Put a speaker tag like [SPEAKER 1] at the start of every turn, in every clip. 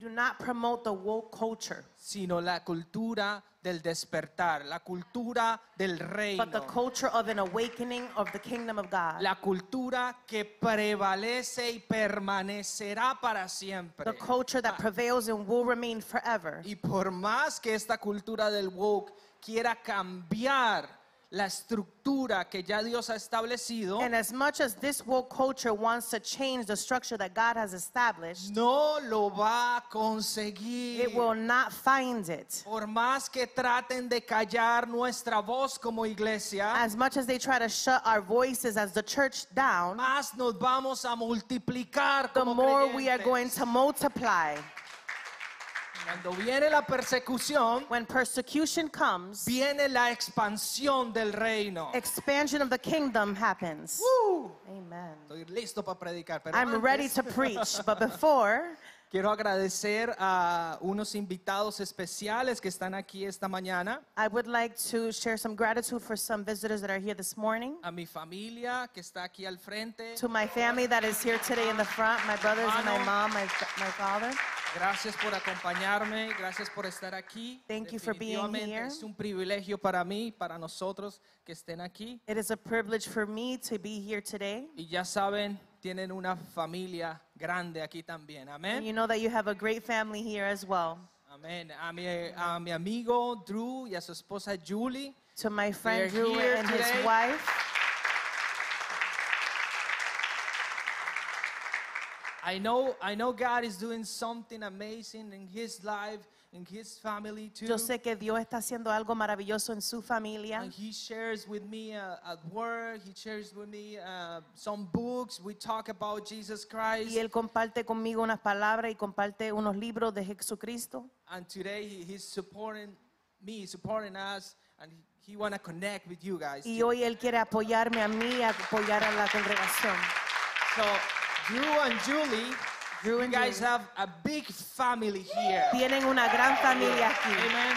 [SPEAKER 1] not promote the woke culture,
[SPEAKER 2] sino la cultura del despertar, la cultura del
[SPEAKER 1] but the
[SPEAKER 2] reino,
[SPEAKER 1] culture of an awakening of the kingdom of God.
[SPEAKER 2] la cultura que prevalece y permanecerá para siempre.
[SPEAKER 1] the culture
[SPEAKER 2] Ah.
[SPEAKER 1] that prevails and will remain forever.
[SPEAKER 2] Y por más que esta cultura del woke quiera cambiar la estructura que ya Dios ha establecido,
[SPEAKER 1] And as much as this woke culture wants to change the structure that God has established,
[SPEAKER 2] no lo va a conseguir.
[SPEAKER 1] it will not find it.
[SPEAKER 2] Por más que traten de callar nuestra voz como iglesia,
[SPEAKER 1] As much as they try to shut our voices as the church down,
[SPEAKER 2] más nos vamos a multiplicar
[SPEAKER 1] the
[SPEAKER 2] como
[SPEAKER 1] more we are
[SPEAKER 2] creyentes.
[SPEAKER 1] going to multiply.
[SPEAKER 2] Cuando viene la persecución,
[SPEAKER 1] When persecution comes,
[SPEAKER 2] viene la expansión del reino.
[SPEAKER 1] expansion of the kingdom happens.
[SPEAKER 2] Uh,
[SPEAKER 1] Amen.
[SPEAKER 2] estoy listo para predicar, pero
[SPEAKER 1] I'm
[SPEAKER 2] antes
[SPEAKER 1] ready to preach, but before,
[SPEAKER 2] quiero agradecer a unos invitados especiales que están aquí esta mañana,
[SPEAKER 1] I would like to share some gratitude for some visitors that are here this morning,
[SPEAKER 2] a mi familia que está aquí al frente.
[SPEAKER 1] to my family that is here today in the front, my brothers and my
[SPEAKER 2] Hermano.
[SPEAKER 1] mom, my, my father.
[SPEAKER 2] Gracias por acompañarme, gracias por estar aquí.
[SPEAKER 1] Thank you for being
[SPEAKER 2] Definitivamente
[SPEAKER 1] here.
[SPEAKER 2] Es un privilegio para mí, para nosotros que estén aquí.
[SPEAKER 1] It is a privilege for me to be here today.
[SPEAKER 2] Y ya saben, tienen una familia grande aquí también.
[SPEAKER 1] And
[SPEAKER 2] Amén.
[SPEAKER 1] you know that you have a great family here as well.
[SPEAKER 2] Amén. A mi, a mi amigo Drew y a su esposa Julie.
[SPEAKER 1] To my friend
[SPEAKER 2] They're
[SPEAKER 1] Drew
[SPEAKER 2] here
[SPEAKER 1] and his
[SPEAKER 2] today.
[SPEAKER 1] wife,
[SPEAKER 2] I know, I know God is doing something amazing in his life, in his family too.
[SPEAKER 1] yo sé que Dios está haciendo algo maravilloso en su familia.
[SPEAKER 2] And he shares with me uh, at work, he shares with me uh, some books. We talk about Jesus Christ.
[SPEAKER 1] Y él comparte conmigo unas palabras y comparte unos libros de Jesucristo.
[SPEAKER 2] and today he, he's supporting me, supporting us, and he, he want to connect with you guys.
[SPEAKER 1] Y hoy él quiere apoyarme a mí, apoyar a la congregación.
[SPEAKER 2] So Drew and Julie,
[SPEAKER 1] Drew
[SPEAKER 2] you
[SPEAKER 1] and
[SPEAKER 2] guys
[SPEAKER 1] Julie.
[SPEAKER 2] have a big family here.
[SPEAKER 1] Tienen una gran familia aquí.
[SPEAKER 2] Amen.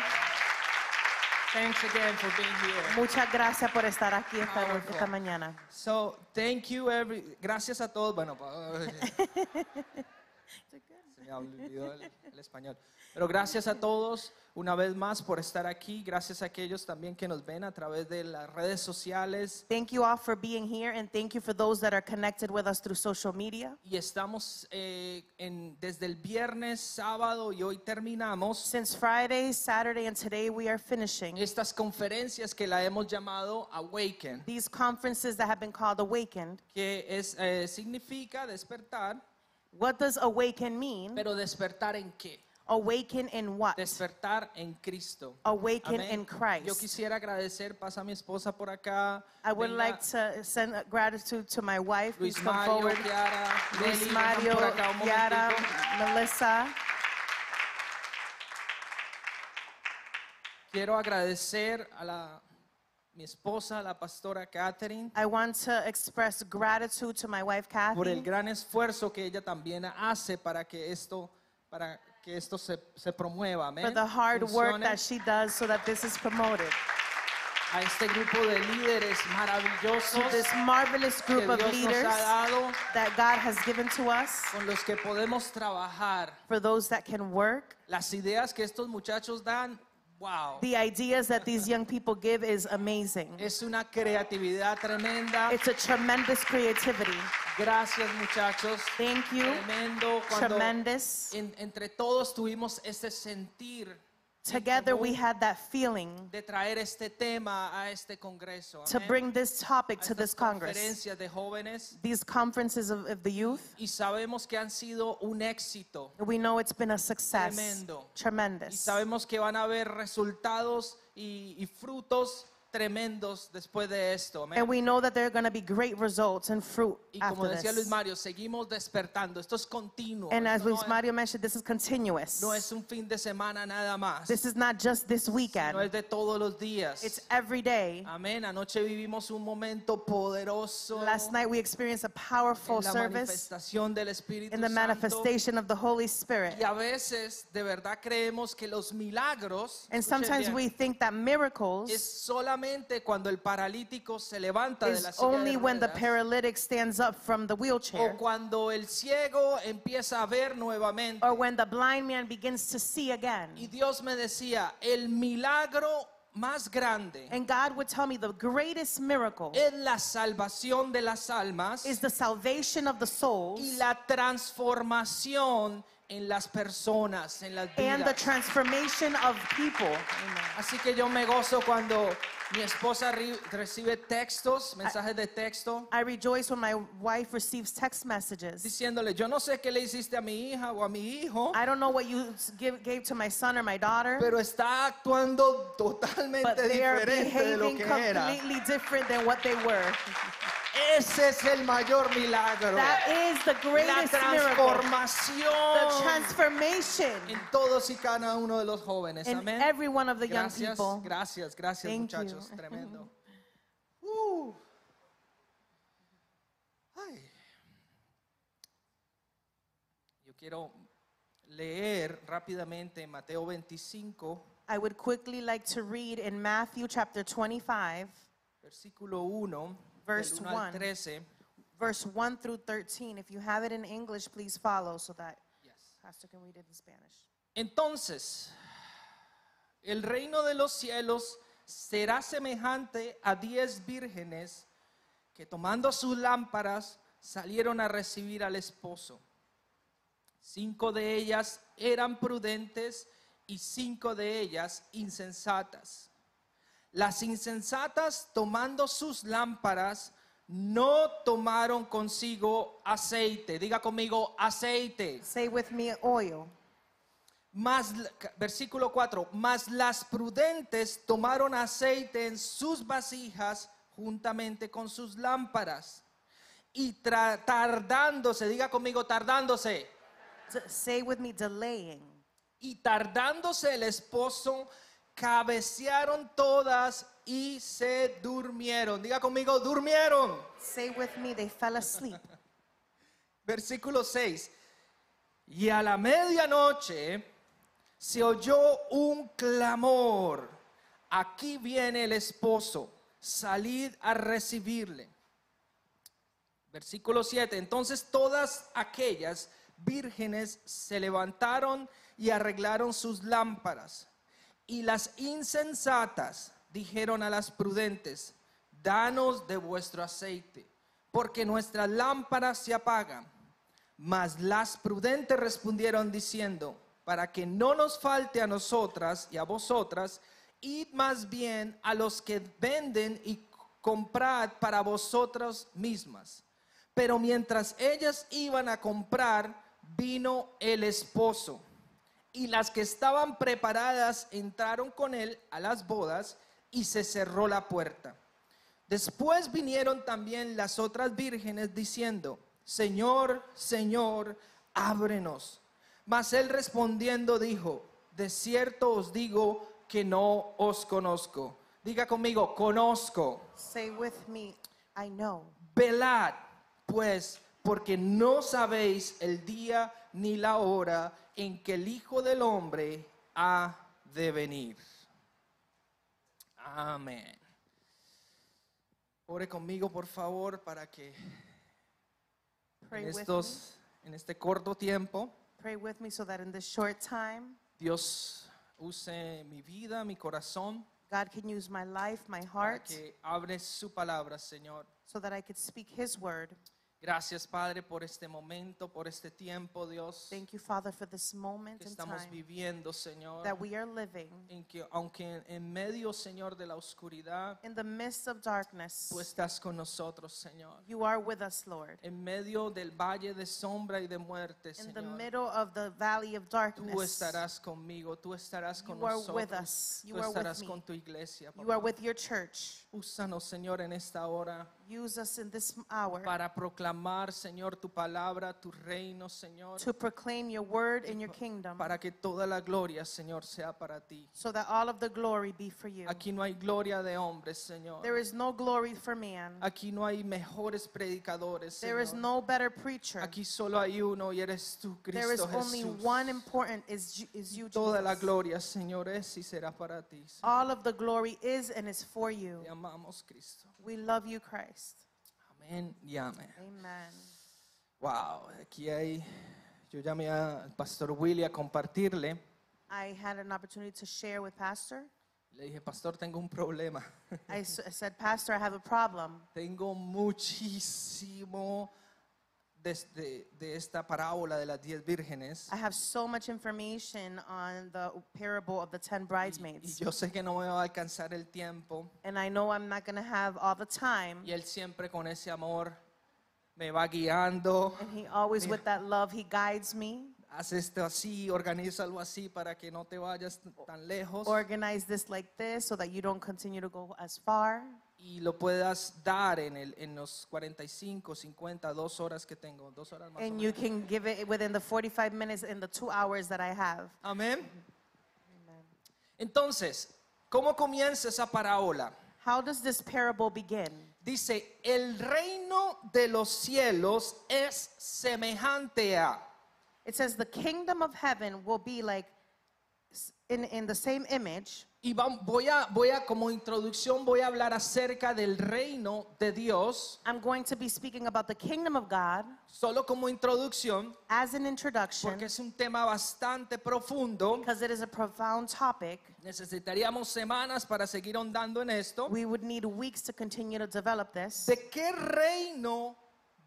[SPEAKER 2] Thanks again for being here.
[SPEAKER 1] Muchas gracias por estar aquí esta,
[SPEAKER 2] Powerful.
[SPEAKER 1] esta mañana.
[SPEAKER 2] So thank you every. Gracias a todos. Bueno, pues, se me olvidó el, el español. Pero gracias a todos una vez más por estar aquí. Gracias a aquellos también que nos ven a través de las redes sociales.
[SPEAKER 1] Thank you all for being here and thank you for those that are connected with us through social media.
[SPEAKER 2] Y estamos eh, en- desde el viernes, sábado y hoy terminamos
[SPEAKER 1] Since Friday, Saturday, and today we are finishing
[SPEAKER 2] estas conferencias que la hemos llamado Awaken,
[SPEAKER 1] these conferences that have been called Awakened.
[SPEAKER 2] que es, eh, significa despertar,
[SPEAKER 1] What does awaken mean?
[SPEAKER 2] pero despertar en qué?
[SPEAKER 1] Awaken in what?
[SPEAKER 2] Despertar en Cristo.
[SPEAKER 1] Awaken
[SPEAKER 2] Amén.
[SPEAKER 1] in Christ.
[SPEAKER 2] Yo quisiera agradecer, pasa mi esposa por acá.
[SPEAKER 1] I would
[SPEAKER 2] venga
[SPEAKER 1] like to send gratitude to my wife who's
[SPEAKER 2] Luis
[SPEAKER 1] come
[SPEAKER 2] Mario,
[SPEAKER 1] forward.
[SPEAKER 2] Kiara, Nelly,
[SPEAKER 1] Luis
[SPEAKER 2] vengan
[SPEAKER 1] Mario,
[SPEAKER 2] por acá un
[SPEAKER 1] Yara,
[SPEAKER 2] momentico.
[SPEAKER 1] Melissa.
[SPEAKER 2] Quiero agradecer a la, mi esposa, la pastora Catherine.
[SPEAKER 1] I want to express gratitude to my wife
[SPEAKER 2] por el
[SPEAKER 1] Kathy
[SPEAKER 2] gran esfuerzo que ella también hace para que esto, para que esto se, se promueva. amén.
[SPEAKER 1] for the hard work
[SPEAKER 2] Funcione.
[SPEAKER 1] that she does so that this is promoted.
[SPEAKER 2] a este grupo de líderes
[SPEAKER 1] To
[SPEAKER 2] maravillosos
[SPEAKER 1] this marvelous
[SPEAKER 2] que
[SPEAKER 1] group
[SPEAKER 2] Dios
[SPEAKER 1] of
[SPEAKER 2] nos
[SPEAKER 1] leaders
[SPEAKER 2] ha dado,
[SPEAKER 1] that God has given to us,
[SPEAKER 2] con los que podemos trabajar.
[SPEAKER 1] for those that can work.
[SPEAKER 2] Las ideas que estos muchachos dan, wow,
[SPEAKER 1] The ideas that these young people give is amazing.
[SPEAKER 2] es una creatividad tremenda.
[SPEAKER 1] It's a tremendous creativity.
[SPEAKER 2] Gracias muchachos,
[SPEAKER 1] Thank you.
[SPEAKER 2] tremendo. Cuando
[SPEAKER 1] Tremendous.
[SPEAKER 2] en- entre todos tuvimos este sentir.
[SPEAKER 1] Together we had that feeling
[SPEAKER 2] de traer este tema a este congreso.
[SPEAKER 1] to
[SPEAKER 2] amén.
[SPEAKER 1] bring this topic
[SPEAKER 2] A
[SPEAKER 1] to this
[SPEAKER 2] estas
[SPEAKER 1] Congress.
[SPEAKER 2] conferencias de jóvenes
[SPEAKER 1] These conferences of, of the youth,
[SPEAKER 2] y sabemos que han sido un éxito
[SPEAKER 1] we know it's been a success.
[SPEAKER 2] Tremendo. y
[SPEAKER 1] Tremendous.
[SPEAKER 2] sabemos que van a haber resultados y, y frutos tremendos después de esto. amén.
[SPEAKER 1] And we know that there are going to be great results and fruit
[SPEAKER 2] Y como
[SPEAKER 1] after
[SPEAKER 2] decía Luis
[SPEAKER 1] this.
[SPEAKER 2] Mario, seguimos despertando. Esto es continuo.
[SPEAKER 1] And as
[SPEAKER 2] esto no
[SPEAKER 1] Luis
[SPEAKER 2] es-
[SPEAKER 1] Mario mentioned, this is continuous.
[SPEAKER 2] no es un fin de semana nada más.
[SPEAKER 1] This is not just this
[SPEAKER 2] No es Ah,
[SPEAKER 1] weekend.
[SPEAKER 2] de todos los días.
[SPEAKER 1] It's every day.
[SPEAKER 2] Amén. Anoche vivimos un momento poderoso
[SPEAKER 1] Last night we experienced a powerful
[SPEAKER 2] en la
[SPEAKER 1] service
[SPEAKER 2] manifestación del Espíritu
[SPEAKER 1] in the
[SPEAKER 2] Santo.
[SPEAKER 1] manifestation of the Holy Spirit.
[SPEAKER 2] Y a veces de verdad creemos que los milagros
[SPEAKER 1] And
[SPEAKER 2] escuchen
[SPEAKER 1] sometimes
[SPEAKER 2] bien,
[SPEAKER 1] we think that miracles
[SPEAKER 2] es solamente cuando el paralítico se levanta de la
[SPEAKER 1] It's
[SPEAKER 2] silla de
[SPEAKER 1] only when the
[SPEAKER 2] ruedas,
[SPEAKER 1] paralytic stands up from the wheelchair
[SPEAKER 2] o cuando el ciego empieza a ver nuevamente.
[SPEAKER 1] or when the blind man begins to see again.
[SPEAKER 2] Y Dios me decía, el milagro más grande
[SPEAKER 1] And God would tell me the greatest miracle
[SPEAKER 2] es la salvación de las almas
[SPEAKER 1] is the salvation of the
[SPEAKER 2] y
[SPEAKER 1] souls
[SPEAKER 2] la transformación en las personas, en las
[SPEAKER 1] and the
[SPEAKER 2] vidas.
[SPEAKER 1] transformation of people.
[SPEAKER 2] Así que yo me gozo cuando mi esposa ri- recibe textos, mensajes de texto,
[SPEAKER 1] I rejoice when my wife receives text messages.
[SPEAKER 2] diciéndole, yo no sé qué le hiciste a mi hija o a mi hijo,
[SPEAKER 1] I don't know what you s- give, gave to my son or my daughter,
[SPEAKER 2] pero está actuando
[SPEAKER 1] but
[SPEAKER 2] totalmente
[SPEAKER 1] they are
[SPEAKER 2] diferente de lo
[SPEAKER 1] behaving
[SPEAKER 2] que era.
[SPEAKER 1] completely different than what they were.
[SPEAKER 2] Ese es el mayor milagro.
[SPEAKER 1] That is the
[SPEAKER 2] La
[SPEAKER 1] greatest miracle. The
[SPEAKER 2] transformación
[SPEAKER 1] transformation
[SPEAKER 2] en todos y cada uno de los jóvenes.
[SPEAKER 1] in
[SPEAKER 2] Amén.
[SPEAKER 1] every one of the young
[SPEAKER 2] Gracias,
[SPEAKER 1] people.
[SPEAKER 2] gracias, gracias
[SPEAKER 1] Thank
[SPEAKER 2] muchachos,
[SPEAKER 1] you.
[SPEAKER 2] tremendo. Uh. Ay. Yo quiero leer rápidamente Mateo 25,
[SPEAKER 1] I would quickly like to read in Matthew chapter 25,
[SPEAKER 2] versículo 1,
[SPEAKER 1] Verse
[SPEAKER 2] del 1 al
[SPEAKER 1] one.
[SPEAKER 2] 13.
[SPEAKER 1] verse 1 through 13. If you have it in English, please follow so that
[SPEAKER 2] Yes.
[SPEAKER 1] Pastor can read it in Spanish.
[SPEAKER 2] Entonces, el reino de los cielos será semejante a diez vírgenes que tomando sus lámparas salieron a recibir al esposo. Cinco de ellas eran prudentes y cinco de ellas insensatas. Las insensatas tomando sus lámparas no tomaron consigo aceite. Diga conmigo aceite.
[SPEAKER 1] Say with me, oil.
[SPEAKER 2] Mas, la- ca- versículo 4, mas las prudentes tomaron aceite en sus vasijas juntamente con sus lámparas. Y tra- tardándose, diga conmigo, tardándose.
[SPEAKER 1] D- say with me, delaying.
[SPEAKER 2] Y tardándose el esposo, cabecearon todas y se durmieron. Diga conmigo, durmieron.
[SPEAKER 1] Say with me, they fell asleep.
[SPEAKER 2] Versículo 6. Y a la medianoche se oyó un clamor. Aquí viene el esposo. Salid a recibirle. Versículo 7. Entonces todas aquellas vírgenes se levantaron y arreglaron sus lámparas. Y las insensatas dijeron a las prudentes, danos de vuestro aceite, porque nuestras lámparas se apagan. Mas las prudentes respondieron diciendo, para que no nos falte a nosotras y a vosotras, id más bien a los que venden y comprad para vosotras mismas. Pero mientras ellas iban a comprar, vino el esposo. Y las que estaban preparadas entraron con él a las bodas y se cerró la puerta. Después vinieron también las otras vírgenes diciendo, Señor, Señor, ábrenos. Mas él respondiendo dijo, de cierto os digo que no os conozco. Diga conmigo, conozco.
[SPEAKER 1] Say with me, I know.
[SPEAKER 2] Velad, pues, porque no sabéis el día ni la hora en que el Hijo del Hombre ha de venir. Amén. Ore conmigo, por favor, para que
[SPEAKER 1] Pray
[SPEAKER 2] en,
[SPEAKER 1] with me.
[SPEAKER 2] estos, en este corto tiempo
[SPEAKER 1] Pray with me so that in this short time,
[SPEAKER 2] Dios use mi vida, mi corazón,
[SPEAKER 1] God can use my life, my
[SPEAKER 2] para
[SPEAKER 1] heart,
[SPEAKER 2] que abre su palabra, Señor.
[SPEAKER 1] so that I could speak His word.
[SPEAKER 2] Gracias, Padre, por este momento, por este tiempo, Dios.
[SPEAKER 1] Thank you, Father, for this moment
[SPEAKER 2] que
[SPEAKER 1] in
[SPEAKER 2] estamos
[SPEAKER 1] time
[SPEAKER 2] viviendo, Señor,
[SPEAKER 1] that we are living
[SPEAKER 2] en que aunque en- en medio, Señor, de la oscuridad,
[SPEAKER 1] in the midst of darkness.
[SPEAKER 2] tú estás con nosotros, Señor.
[SPEAKER 1] You are with us, Lord.
[SPEAKER 2] En medio del valle de sombra y de muerte,
[SPEAKER 1] In the
[SPEAKER 2] Señor,
[SPEAKER 1] middle of the valley of
[SPEAKER 2] tú
[SPEAKER 1] darkness,
[SPEAKER 2] estarás conmigo, tú estarás con
[SPEAKER 1] You are with
[SPEAKER 2] nosotros,
[SPEAKER 1] us. You
[SPEAKER 2] tú
[SPEAKER 1] are with
[SPEAKER 2] estarás
[SPEAKER 1] me.
[SPEAKER 2] con tu iglesia,
[SPEAKER 1] you are
[SPEAKER 2] papá.
[SPEAKER 1] with your church.
[SPEAKER 2] Úsanos, Señor, en esta hora.
[SPEAKER 1] Use us in this hour
[SPEAKER 2] para proclamar, Señor, tu palabra, tu reino, Señor,
[SPEAKER 1] to proclaim your word and your kingdom
[SPEAKER 2] para que toda la gloria, Señor, sea para ti.
[SPEAKER 1] so that all of the glory be for you.
[SPEAKER 2] Aquí no hay gloria de hombres, Señor.
[SPEAKER 1] There is no glory for man.
[SPEAKER 2] Aquí no hay mejores predicadores,
[SPEAKER 1] There is
[SPEAKER 2] Señor.
[SPEAKER 1] no better preacher.
[SPEAKER 2] Aquí solo hay uno y eres tú,
[SPEAKER 1] There is
[SPEAKER 2] Cristo
[SPEAKER 1] only
[SPEAKER 2] Jesús.
[SPEAKER 1] one important is, Ju- is you,
[SPEAKER 2] Toda la
[SPEAKER 1] Jesus.
[SPEAKER 2] gloria, Señor, es y será para ti. Señor.
[SPEAKER 1] All of the glory is and is for you.
[SPEAKER 2] Te amamos, Cristo.
[SPEAKER 1] We love you, Christ.
[SPEAKER 2] Amén y amén.
[SPEAKER 1] Amen.
[SPEAKER 2] Wow, aquí hay. Yo llamé al pastor Willy a compartirle.
[SPEAKER 1] I had an opportunity to share with Pastor.
[SPEAKER 2] Le dije, pastor, tengo un problema.
[SPEAKER 1] I s- I said, Pastor, I have a problem.
[SPEAKER 2] Tengo muchísimo desde de esta parábola de las diez vírgenes.
[SPEAKER 1] I have so much information on the parable of the 10
[SPEAKER 2] Y
[SPEAKER 1] bridesmaids.
[SPEAKER 2] yo sé que no me va a alcanzar el tiempo.
[SPEAKER 1] And I know I'm not going to have all the time.
[SPEAKER 2] Y él siempre con ese amor me va guiando.
[SPEAKER 1] And He always, with that love, He guides me.
[SPEAKER 2] Haz esto así, organízalo así para que no te vayas t- tan lejos.
[SPEAKER 1] Organize this like this so that you don't continue to go as far.
[SPEAKER 2] Y lo puedas dar en, el, en los 45, 50, dos horas que tengo. Dos horas más. o
[SPEAKER 1] And
[SPEAKER 2] menos.
[SPEAKER 1] you can give it within the 45 minutes and the two hours that I have.
[SPEAKER 2] Amén. Entonces, ¿cómo comienza esa parábola?
[SPEAKER 1] How does this parable begin?
[SPEAKER 2] Dice, el reino de los cielos es semejante a.
[SPEAKER 1] It says, The kingdom of heaven will be like s- in, in the same image.
[SPEAKER 2] Y vam- voy a, voy a, como introducción, voy a hablar acerca del reino de Dios,
[SPEAKER 1] I'm going to be speaking about the kingdom of God
[SPEAKER 2] solo como introducción,
[SPEAKER 1] as an introduction
[SPEAKER 2] porque es un tema bastante profundo.
[SPEAKER 1] because it is a profound topic.
[SPEAKER 2] Necesitaríamos semanas para seguir ahondando en esto.
[SPEAKER 1] We would need weeks to continue to develop this.
[SPEAKER 2] ¿De qué reino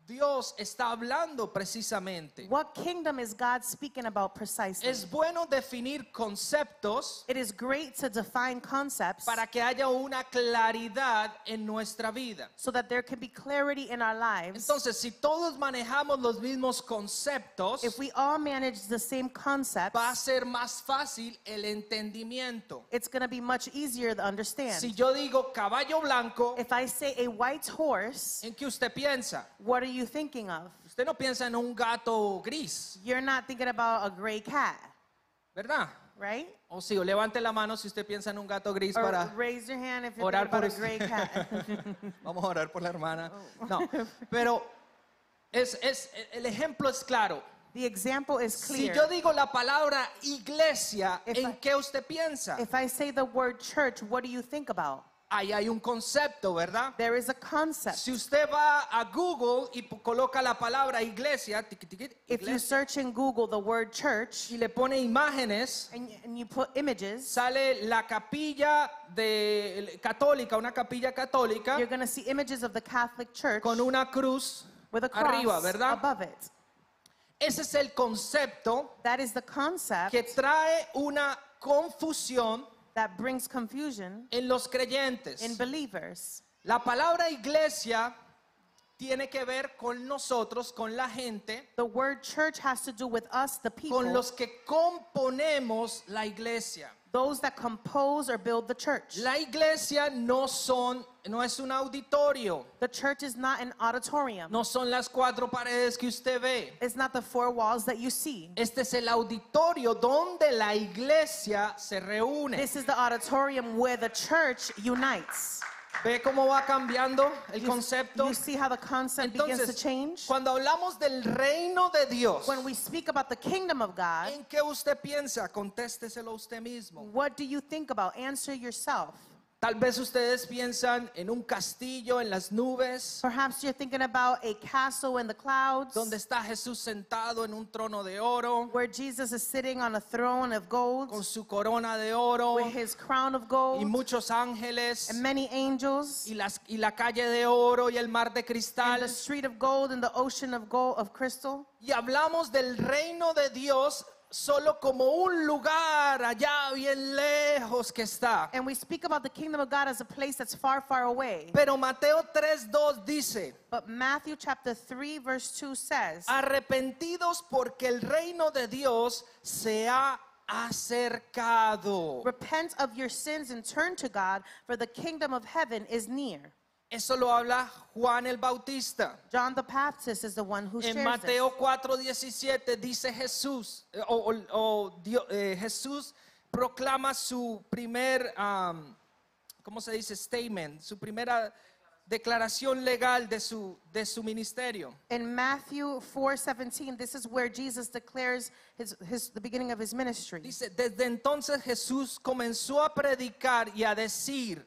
[SPEAKER 2] Dios está hablando precisamente?
[SPEAKER 1] What kingdom is God speaking about precisely?
[SPEAKER 2] Es bueno definir conceptos
[SPEAKER 1] It is great to define concepts
[SPEAKER 2] para que haya una claridad en nuestra vida.
[SPEAKER 1] so that there can be clarity in our lives.
[SPEAKER 2] Entonces, si todos manejamos los mismos conceptos,
[SPEAKER 1] If we all manage the same
[SPEAKER 2] va a
[SPEAKER 1] concepts,
[SPEAKER 2] ser más fácil el entendimiento.
[SPEAKER 1] it's going to be much easier to
[SPEAKER 2] Si
[SPEAKER 1] understand.
[SPEAKER 2] yo digo caballo blanco,
[SPEAKER 1] If I say a white horse,
[SPEAKER 2] ¿en qué usted piensa?
[SPEAKER 1] what are you thinking of?
[SPEAKER 2] Usted no piensa en un gato gris,
[SPEAKER 1] You're not thinking about a gray cat,
[SPEAKER 2] ¿verdad?
[SPEAKER 1] right?
[SPEAKER 2] O sí, o levante la mano si usted piensa en un gato gris
[SPEAKER 1] Or
[SPEAKER 2] para...
[SPEAKER 1] raise your hand if you're
[SPEAKER 2] orar
[SPEAKER 1] thinking about
[SPEAKER 2] por
[SPEAKER 1] a
[SPEAKER 2] us-
[SPEAKER 1] gray cat.
[SPEAKER 2] Vamos a orar por la hermana.
[SPEAKER 1] Oh.
[SPEAKER 2] No, pero es, es, el ejemplo es claro.
[SPEAKER 1] the example is
[SPEAKER 2] Si
[SPEAKER 1] clear.
[SPEAKER 2] yo digo la palabra iglesia,
[SPEAKER 1] If
[SPEAKER 2] ¿en
[SPEAKER 1] I-
[SPEAKER 2] qué usted piensa?
[SPEAKER 1] If I say the word church, what do you think about?
[SPEAKER 2] Ahí hay un concepto, ¿verdad?
[SPEAKER 1] There is a concept.
[SPEAKER 2] Si usted va a Google y po- coloca la palabra iglesia, tiqui, tiqui,
[SPEAKER 1] If you
[SPEAKER 2] iglesia,
[SPEAKER 1] search in Google the word church
[SPEAKER 2] y le pone imágenes,
[SPEAKER 1] and, and you put images,
[SPEAKER 2] sale la capilla de, el- católica, una capilla católica
[SPEAKER 1] you're going to see images of the Catholic Church
[SPEAKER 2] con una cruz
[SPEAKER 1] with a cross
[SPEAKER 2] arriba, ¿verdad?
[SPEAKER 1] above it.
[SPEAKER 2] Ese es el concepto
[SPEAKER 1] That is the concept
[SPEAKER 2] que trae una confusión
[SPEAKER 1] that brings confusion
[SPEAKER 2] en los creyentes.
[SPEAKER 1] in believers.
[SPEAKER 2] La palabra iglesia tiene que ver con nosotros, con la gente,
[SPEAKER 1] The word church has to do with us, the people,
[SPEAKER 2] con los que componemos la iglesia.
[SPEAKER 1] those that compose or build the church.
[SPEAKER 2] La iglesia no son, no es un auditorio,
[SPEAKER 1] The church is not an auditorium.
[SPEAKER 2] no son las cuatro paredes que usted ve.
[SPEAKER 1] It's not the four walls that you see.
[SPEAKER 2] Este es el auditorio donde la iglesia se reúne.
[SPEAKER 1] This is the auditorium where the church unites.
[SPEAKER 2] ¿Ve cómo va cambiando el
[SPEAKER 1] You-
[SPEAKER 2] concepto?
[SPEAKER 1] You see how the concept begins to change?
[SPEAKER 2] Entonces, cuando hablamos del reino de Dios,
[SPEAKER 1] When we speak about the kingdom of God,
[SPEAKER 2] ¿en qué usted piensa? Contésteselo usted mismo.
[SPEAKER 1] what do you think about? Answer yourself.
[SPEAKER 2] Tal vez ustedes piensan en un castillo en las nubes,
[SPEAKER 1] Perhaps you're thinking about a castle in the clouds
[SPEAKER 2] donde está Jesús sentado en un trono de oro,
[SPEAKER 1] where Jesus is sitting on a throne of
[SPEAKER 2] con
[SPEAKER 1] gold
[SPEAKER 2] su corona de oro
[SPEAKER 1] with his crown of
[SPEAKER 2] y
[SPEAKER 1] gold
[SPEAKER 2] muchos ángeles
[SPEAKER 1] and many angels
[SPEAKER 2] y, las, y la calle de oro y el mar de
[SPEAKER 1] and
[SPEAKER 2] cristal.
[SPEAKER 1] the street of gold and the ocean of gold of crystal.
[SPEAKER 2] Y hablamos del reino de Dios solo como un lugar allá bien lejos que está.
[SPEAKER 1] And we speak about the kingdom of God as a place that's far, far away.
[SPEAKER 2] Pero Mateo 3.2 dice,
[SPEAKER 1] But Matthew chapter 3 verse 2 says,
[SPEAKER 2] arrepentidos porque el reino de Dios se ha acercado.
[SPEAKER 1] Repent of your sins and turn to God, for the kingdom of heaven is near.
[SPEAKER 2] Eso lo habla Juan el Bautista.
[SPEAKER 1] John the Baptist is the one who shares
[SPEAKER 2] En
[SPEAKER 1] this.
[SPEAKER 2] Mateo 4:17 dice Jesús, eh, o, o- o Dio- eh, Jesús proclama su primer, am, ¿cómo se dice? Statement, su primera declaración legal de su, de su ministerio.
[SPEAKER 1] In Matthew 4:17, this is where Jesus declares his, his the beginning of his ministry.
[SPEAKER 2] Dice, desde entonces Jesús comenzó a predicar y a decir,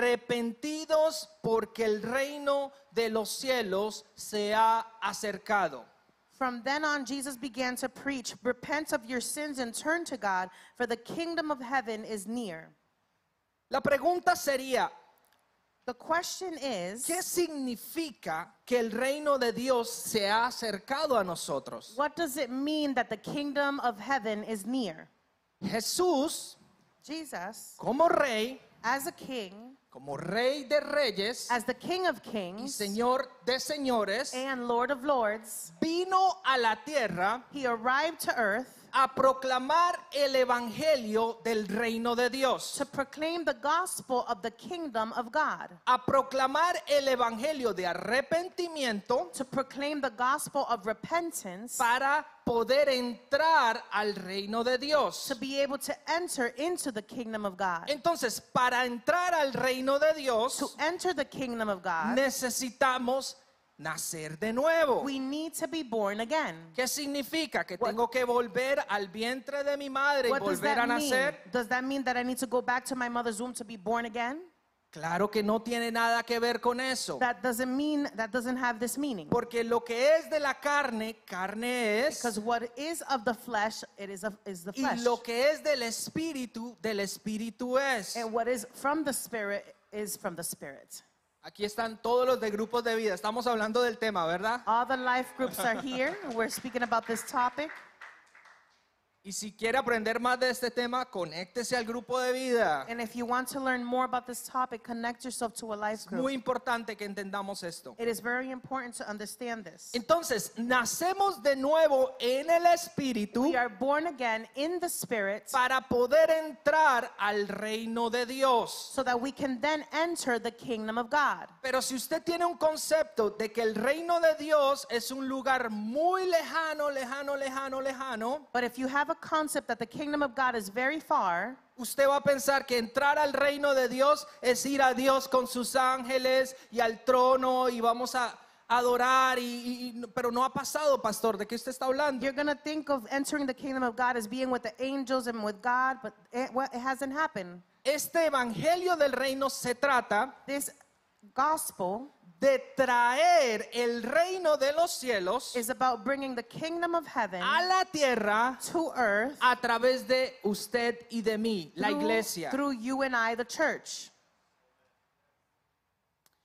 [SPEAKER 2] arrepentidos porque el reino de los cielos se ha acercado.
[SPEAKER 1] From then on, Jesus began to preach, "Repent of your sins and turn to God, for the kingdom of heaven is near."
[SPEAKER 2] La pregunta sería,
[SPEAKER 1] The question is,
[SPEAKER 2] ¿Qué significa que el reino de Dios se ha acercado a nosotros?
[SPEAKER 1] what does it mean that the kingdom of heaven is near?
[SPEAKER 2] Jesús,
[SPEAKER 1] Jesus,
[SPEAKER 2] como rey,
[SPEAKER 1] as a king,
[SPEAKER 2] como rey de reyes
[SPEAKER 1] as the king of
[SPEAKER 2] y
[SPEAKER 1] kings
[SPEAKER 2] señor de señores,
[SPEAKER 1] and lord of lords,
[SPEAKER 2] vino a la tierra
[SPEAKER 1] he arrived to earth
[SPEAKER 2] a proclamar el evangelio del reino de Dios,
[SPEAKER 1] to proclaim the gospel of the kingdom of God.
[SPEAKER 2] a proclamar el evangelio de arrepentimiento
[SPEAKER 1] to proclaim the gospel of repentance
[SPEAKER 2] para poder entrar al reino de Dios.
[SPEAKER 1] to be able to enter into the kingdom of God.
[SPEAKER 2] Entonces, para entrar al reino de Dios,
[SPEAKER 1] To enter the kingdom of God,
[SPEAKER 2] necesitamos nacer de nuevo.
[SPEAKER 1] we need to be born again.
[SPEAKER 2] ¿Qué significa? Que
[SPEAKER 1] What-
[SPEAKER 2] tengo que volver al vientre de mi madre y
[SPEAKER 1] What does
[SPEAKER 2] volver a
[SPEAKER 1] that mean?
[SPEAKER 2] nacer.
[SPEAKER 1] Does that mean that I need to go back to my mother's womb to be born again?
[SPEAKER 2] Claro que no tiene nada que ver con eso.
[SPEAKER 1] That doesn't mean that doesn't have this meaning.
[SPEAKER 2] Porque lo que es de la carne, carne es.
[SPEAKER 1] Because what is of the flesh, it is of is the
[SPEAKER 2] Y
[SPEAKER 1] flesh.
[SPEAKER 2] lo que es del espíritu, del espíritu es.
[SPEAKER 1] And what is from the spirit is from the spirit.
[SPEAKER 2] Aquí están todos los de grupos de vida. Estamos hablando del tema, ¿verdad?
[SPEAKER 1] All the life groups are here. We're speaking about this topic.
[SPEAKER 2] Y si quiere aprender más de este tema, conéctese al grupo de vida.
[SPEAKER 1] And if you want to learn more about this topic, connect yourself to a life
[SPEAKER 2] Es
[SPEAKER 1] group.
[SPEAKER 2] muy importante que entendamos esto.
[SPEAKER 1] It is very important to understand this.
[SPEAKER 2] Entonces, nacemos de nuevo en el Espíritu
[SPEAKER 1] We are born again in the Spirit
[SPEAKER 2] para poder entrar al reino de Dios.
[SPEAKER 1] so that we can then enter the kingdom of God.
[SPEAKER 2] Pero si usted tiene un concepto de que el reino de Dios es un lugar muy lejano, lejano, lejano, lejano,
[SPEAKER 1] But if you have a concept that the kingdom of God is very far,
[SPEAKER 2] usted va a pensar que entrar al reino de Dios es ir a Dios con sus ángeles y al trono y vamos a adorar, y- y- y- pero no ha pasado, pastor, ¿de qué usted está hablando?
[SPEAKER 1] you're going to think of entering the kingdom of God as being with the angels and with God, but it, well, it hasn't happened.
[SPEAKER 2] Este evangelio del reino se trata
[SPEAKER 1] This gospel
[SPEAKER 2] de traer el reino de los cielos
[SPEAKER 1] is about bringing the kingdom of heaven
[SPEAKER 2] a la tierra
[SPEAKER 1] to earth
[SPEAKER 2] a través de usted y de mí, la
[SPEAKER 1] through-
[SPEAKER 2] iglesia.
[SPEAKER 1] through you and I, the church.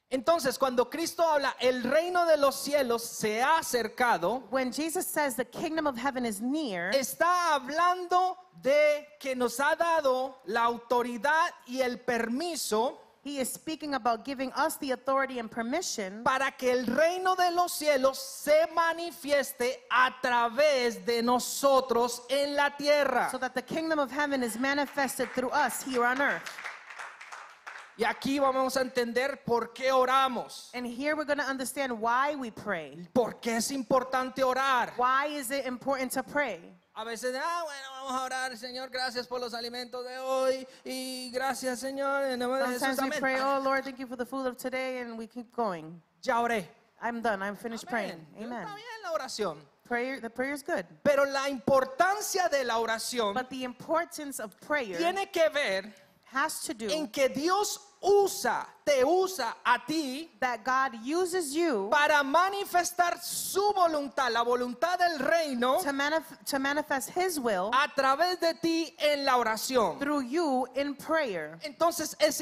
[SPEAKER 2] Entonces, cuando Cristo habla, el reino de los cielos se ha acercado,
[SPEAKER 1] When Jesus says the kingdom of heaven is near,
[SPEAKER 2] está hablando de que nos ha dado la autoridad y el permiso
[SPEAKER 1] he is speaking about giving us the authority and permission
[SPEAKER 2] para que el reino de los cielos se manifieste a través de nosotros en la tierra.
[SPEAKER 1] so that the kingdom of heaven is manifested through us here on earth.
[SPEAKER 2] Y aquí vamos a entender por qué oramos.
[SPEAKER 1] And here we're going to understand why we pray.
[SPEAKER 2] ¿Por qué es importante orar?
[SPEAKER 1] Why is it important to pray?
[SPEAKER 2] A veces, ah, bueno, vamos a orar, Señor, gracias por los alimentos de hoy y gracias, Señor, en el nombre de Jesús,
[SPEAKER 1] Sometimes we
[SPEAKER 2] amén.
[SPEAKER 1] pray, oh Lord, thank you for the food of today, and we keep going.
[SPEAKER 2] Ya oré.
[SPEAKER 1] I'm done. I'm finished praying.
[SPEAKER 2] Amén.
[SPEAKER 1] Amen.
[SPEAKER 2] Está bien la oración.
[SPEAKER 1] Prayer, the prayer is good.
[SPEAKER 2] Pero la importancia de la oración
[SPEAKER 1] But the importance of prayer
[SPEAKER 2] tiene que ver
[SPEAKER 1] has to do
[SPEAKER 2] en que Dios usa, te usa a ti
[SPEAKER 1] that God uses you
[SPEAKER 2] para manifestar su voluntad, la voluntad del reino,
[SPEAKER 1] to, manif- to manifest His will
[SPEAKER 2] a través de ti en la oración.
[SPEAKER 1] through you in prayer.
[SPEAKER 2] Entonces es